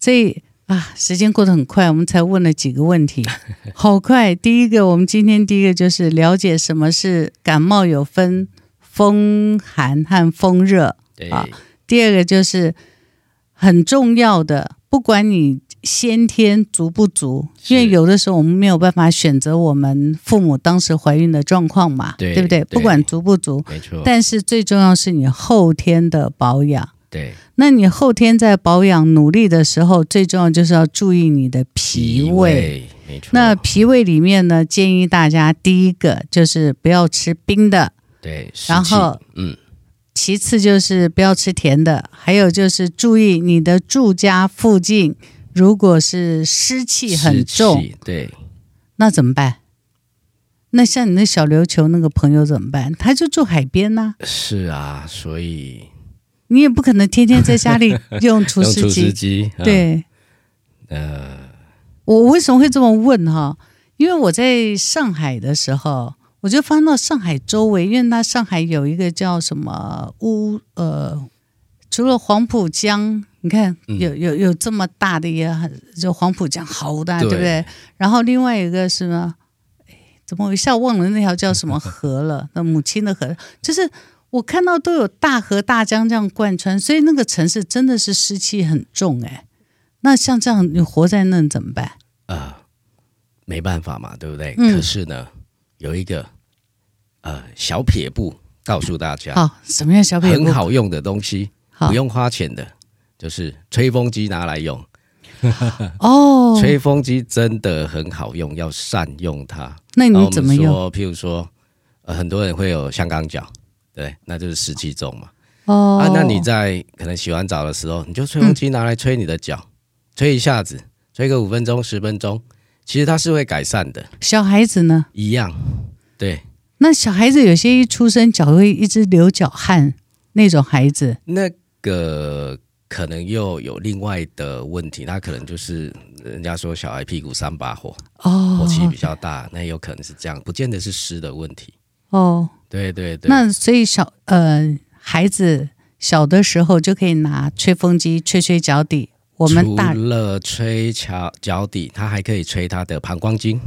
[SPEAKER 1] 所以。啊，时间过得很快，我们才问了几个问
[SPEAKER 2] *laughs*
[SPEAKER 1] 题，好快。第一个，我们今天第一个就是了解什么是感冒，有分风寒和风热。
[SPEAKER 2] 对，
[SPEAKER 1] 啊第二个就是很重要的，不管你先天足不足，
[SPEAKER 2] 是
[SPEAKER 1] 因为有的时候我们没有办法选择我们父母当时怀孕的状况嘛，
[SPEAKER 2] 对
[SPEAKER 1] 不对？
[SPEAKER 2] 对
[SPEAKER 1] 不管足不足，
[SPEAKER 2] 没错，
[SPEAKER 1] 但是最重要是你后天的保养。
[SPEAKER 2] 对，
[SPEAKER 1] 那你后天在保养努力的时候，最重要就是要注意你的脾
[SPEAKER 2] 脾
[SPEAKER 1] 胃。
[SPEAKER 2] 胃没错。
[SPEAKER 1] 那脾胃里面呢，建议大家第一个就是不要吃冰的，
[SPEAKER 2] 对，湿
[SPEAKER 1] 然
[SPEAKER 2] 气
[SPEAKER 1] 后
[SPEAKER 2] 嗯，
[SPEAKER 1] 其次就是不要吃甜的，还有就是注意你的住家附近如果是湿气很重，
[SPEAKER 2] 湿气，对，
[SPEAKER 1] 那怎么办？那像你那小琉球那个朋友怎么办？他就住海边呐、
[SPEAKER 2] 是啊，所以
[SPEAKER 1] 你也不可能天天在家里用除
[SPEAKER 2] *laughs* 用除
[SPEAKER 1] 湿
[SPEAKER 2] 湿
[SPEAKER 1] 机。
[SPEAKER 2] 机，啊，
[SPEAKER 1] 对，
[SPEAKER 2] 呃，
[SPEAKER 1] 我为什么会这么问哈？因为我在上海的时候，我就发现到上海周围，因为它上海有一个叫什么乌呃，除了黄浦江，你看
[SPEAKER 2] 嗯
[SPEAKER 1] 有有有这么大的一个，就黄浦江好大，对
[SPEAKER 2] 对
[SPEAKER 1] 不对？然后另外一个是呢，哎，怎么我一下忘了那条叫什么河了？那母亲的河，就是我看到都有大河大江这样贯穿，所以那个城市真的是湿气很重哎、那像这样你活在那你怎么办？
[SPEAKER 2] 呃，没办法嘛，对不对？
[SPEAKER 1] 嗯
[SPEAKER 2] 可是呢，有一个呃小撇步告诉大家，
[SPEAKER 1] 好，什么样小撇步？
[SPEAKER 2] 很好用的东西，
[SPEAKER 1] 好，
[SPEAKER 2] 不用花钱的，就是吹风机拿来用。
[SPEAKER 1] *laughs* 哦。
[SPEAKER 2] 吹风机真的很好用，要善用它。
[SPEAKER 1] 那
[SPEAKER 2] 然后
[SPEAKER 1] 你
[SPEAKER 2] 我
[SPEAKER 1] 怎
[SPEAKER 2] 们
[SPEAKER 1] 么用？
[SPEAKER 2] 说，譬如说，呃，很多人会有香港脚，对，那就是湿气重嘛。
[SPEAKER 1] 哦，
[SPEAKER 2] 啊，那你在可能洗完澡的时候，你就吹风机拿来吹你的脚，吹一下子，吹个五分钟、十分钟，其实它是会改善的，
[SPEAKER 1] 小孩子呢？
[SPEAKER 2] 一样。对，
[SPEAKER 1] 那小孩子有些一出生脚会一直流脚汗那种孩子，
[SPEAKER 2] 那个可能又有另外的问题，那可能就是人家说小孩屁股三把火，
[SPEAKER 1] 哦
[SPEAKER 2] 火气比较大，那有可能是这样，不见得是湿的问题。
[SPEAKER 1] 哦，
[SPEAKER 2] 对对对，
[SPEAKER 1] 那所以小呃孩子小的时候就可以拿吹风机吹吹脚底，我们大
[SPEAKER 2] 除了吹脚脚底，它还可以吹它的膀胱经。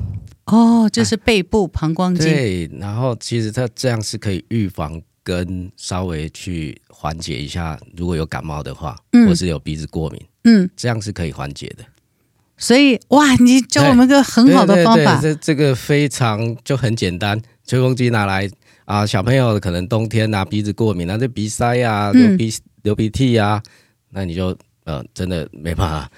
[SPEAKER 1] 哦就是背部膀胱经
[SPEAKER 2] 对，然后其实它这样是可以预防跟稍微去缓解一下，如果有感冒的话，
[SPEAKER 1] 嗯
[SPEAKER 2] 或是有鼻子过敏，
[SPEAKER 1] 嗯，
[SPEAKER 2] 这样是可以缓解的。
[SPEAKER 1] 所以哇，你教我们一个很好的
[SPEAKER 2] 对对
[SPEAKER 1] 方
[SPEAKER 2] 对
[SPEAKER 1] 法，
[SPEAKER 2] 这这个非常就很简单，吹风机拿来啊，小朋友可能冬天啊鼻子过敏啊，就鼻塞啊，流
[SPEAKER 1] 嗯
[SPEAKER 2] 鼻、流鼻涕啊，那你就呃真的没办法。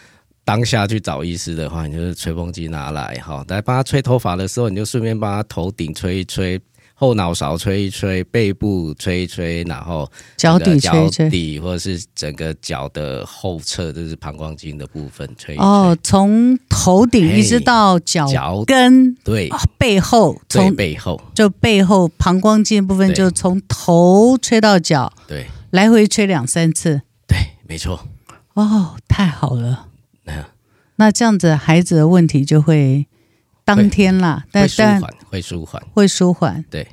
[SPEAKER 2] 当下去找医师的话，你就是吹风机拿来哈，来帮他吹头发的时候，你就顺便帮他头顶吹一吹，后脑勺吹一吹，背部吹一吹，然后
[SPEAKER 1] 脚
[SPEAKER 2] 整个
[SPEAKER 1] 底吹
[SPEAKER 2] 脚
[SPEAKER 1] 吹。
[SPEAKER 2] 底或者是整个脚的后侧，就是膀胱经的部分吹一吹。
[SPEAKER 1] 哦，，从头顶一直到脚
[SPEAKER 2] 脚
[SPEAKER 1] 跟、
[SPEAKER 2] 对，
[SPEAKER 1] 哦背后，
[SPEAKER 2] 最
[SPEAKER 1] 从
[SPEAKER 2] 背后，
[SPEAKER 1] 就背后膀胱经的部分，
[SPEAKER 2] 对
[SPEAKER 1] 就从头吹到脚，
[SPEAKER 2] 对
[SPEAKER 1] 来回吹两三次。
[SPEAKER 2] 对，没错。
[SPEAKER 1] 哦，太好了！
[SPEAKER 2] 嗯
[SPEAKER 1] 那这样子孩子的问题就会当天啦，但
[SPEAKER 2] 会舒
[SPEAKER 1] 但
[SPEAKER 2] 缓，会舒缓，
[SPEAKER 1] 会舒缓。
[SPEAKER 2] 对，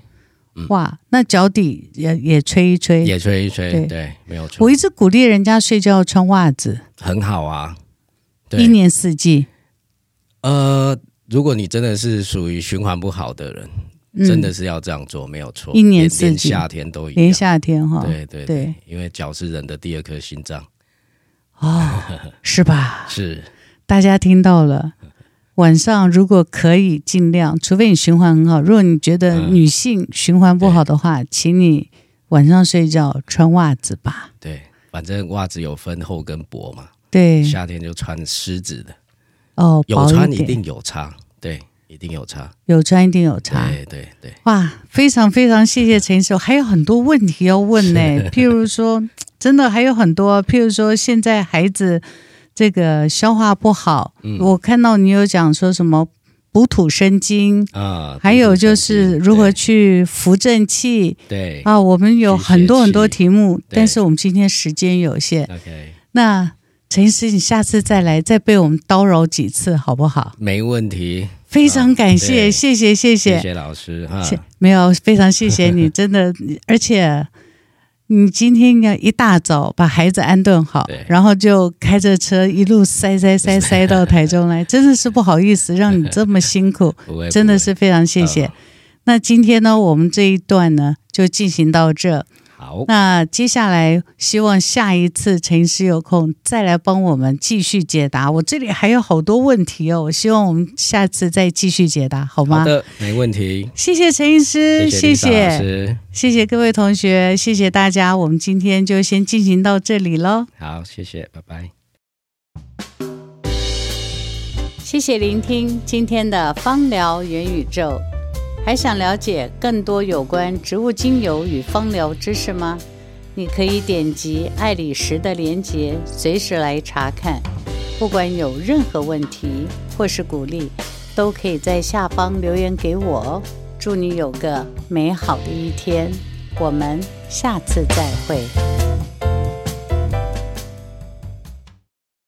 [SPEAKER 2] 嗯
[SPEAKER 1] 哇，那脚底也也吹一吹。
[SPEAKER 2] 也吹一
[SPEAKER 1] 对
[SPEAKER 2] 吹，对，没有错
[SPEAKER 1] 我，一直鼓励人家睡觉要穿袜子，
[SPEAKER 2] 很好啊。
[SPEAKER 1] 一
[SPEAKER 2] 对，
[SPEAKER 1] 年四季。
[SPEAKER 2] 呃，如果你真的是属于循环不好的人，
[SPEAKER 1] 嗯
[SPEAKER 2] 真的是要这样做，没有错，
[SPEAKER 1] 一年
[SPEAKER 2] 连
[SPEAKER 1] 四
[SPEAKER 2] 连
[SPEAKER 1] 季
[SPEAKER 2] 夏天都一
[SPEAKER 1] 连
[SPEAKER 2] 样。
[SPEAKER 1] 夏天哈，
[SPEAKER 2] 对对对，
[SPEAKER 1] 对
[SPEAKER 2] 因为脚是人的第二颗心脏，
[SPEAKER 1] 哦，是吧？
[SPEAKER 2] 是
[SPEAKER 1] 大家听到了。晚上如果可以，尽量，除非你循环很好。如果你觉得
[SPEAKER 2] 嗯
[SPEAKER 1] 女性循环不好的话，请你晚上睡觉穿袜子吧。
[SPEAKER 2] 对。反正袜子有分厚跟薄嘛，
[SPEAKER 1] 对，
[SPEAKER 2] 夏天就穿湿子的，
[SPEAKER 1] 哦，
[SPEAKER 2] 有
[SPEAKER 1] 薄
[SPEAKER 2] 穿一
[SPEAKER 1] 点，
[SPEAKER 2] 定有差，对，一定有差，
[SPEAKER 1] 有穿一定有差。
[SPEAKER 2] 对对对，
[SPEAKER 1] 哇，非常非常谢谢陈医师，我还有很多问题要
[SPEAKER 2] *laughs*
[SPEAKER 1] 问呢、譬如说，真的还有很多，啊譬如说现在孩子这个消化不好，
[SPEAKER 2] 嗯
[SPEAKER 1] 我看到你有讲说什么补土生金，
[SPEAKER 2] 啊，
[SPEAKER 1] 还有就
[SPEAKER 2] 对
[SPEAKER 1] 是如何去扶正气
[SPEAKER 2] 对
[SPEAKER 1] 啊，我们有很多
[SPEAKER 2] 吸血气
[SPEAKER 1] 很多题目，
[SPEAKER 2] 对
[SPEAKER 1] 但是我们今天时间有限，
[SPEAKER 2] ，OK，
[SPEAKER 1] 那陈医师你下次再来，再被我们叨扰几次好不好？
[SPEAKER 2] 没问题，
[SPEAKER 1] 非常感谢，
[SPEAKER 2] 啊对
[SPEAKER 1] 谢谢谢谢
[SPEAKER 2] 谢。啊谢老师哈，
[SPEAKER 1] 谢没有，非常谢谢
[SPEAKER 2] *laughs*
[SPEAKER 1] 你，真的，而且你今天要一大早把孩子安顿好
[SPEAKER 2] 对，
[SPEAKER 1] 然后就开着车一路塞塞塞塞到台中来，真的是不好意思让你这么辛苦，
[SPEAKER 2] *laughs* 不会
[SPEAKER 1] 真
[SPEAKER 2] 不
[SPEAKER 1] 的
[SPEAKER 2] 会
[SPEAKER 1] 是非常谢谢
[SPEAKER 2] 嗯。
[SPEAKER 1] 那今天呢，我们这一段呢就进行到这。
[SPEAKER 2] 好，
[SPEAKER 1] 那接下来希望下一次陈医师有空再来帮我们继续解答。我这里还有好多问题哦，我希望我们下次再继续解答，好吗
[SPEAKER 2] 好？的，没问题。
[SPEAKER 1] 谢谢陈医师，谢
[SPEAKER 2] 谢谢，老师，
[SPEAKER 1] 谢谢各位同学，谢谢大家，我们今天就先进行到这里喽。
[SPEAKER 2] 好，谢谢，拜拜。
[SPEAKER 1] 谢谢聆听今天的芳疗元宇宙。还想了解更多有关植物精油与芳疗知识吗？你可以点击爱理石的连结，随时来查看。不管有任何问题或是鼓励，都可以在下方留言给我哦。祝你有个美好的一天，我们下次再会。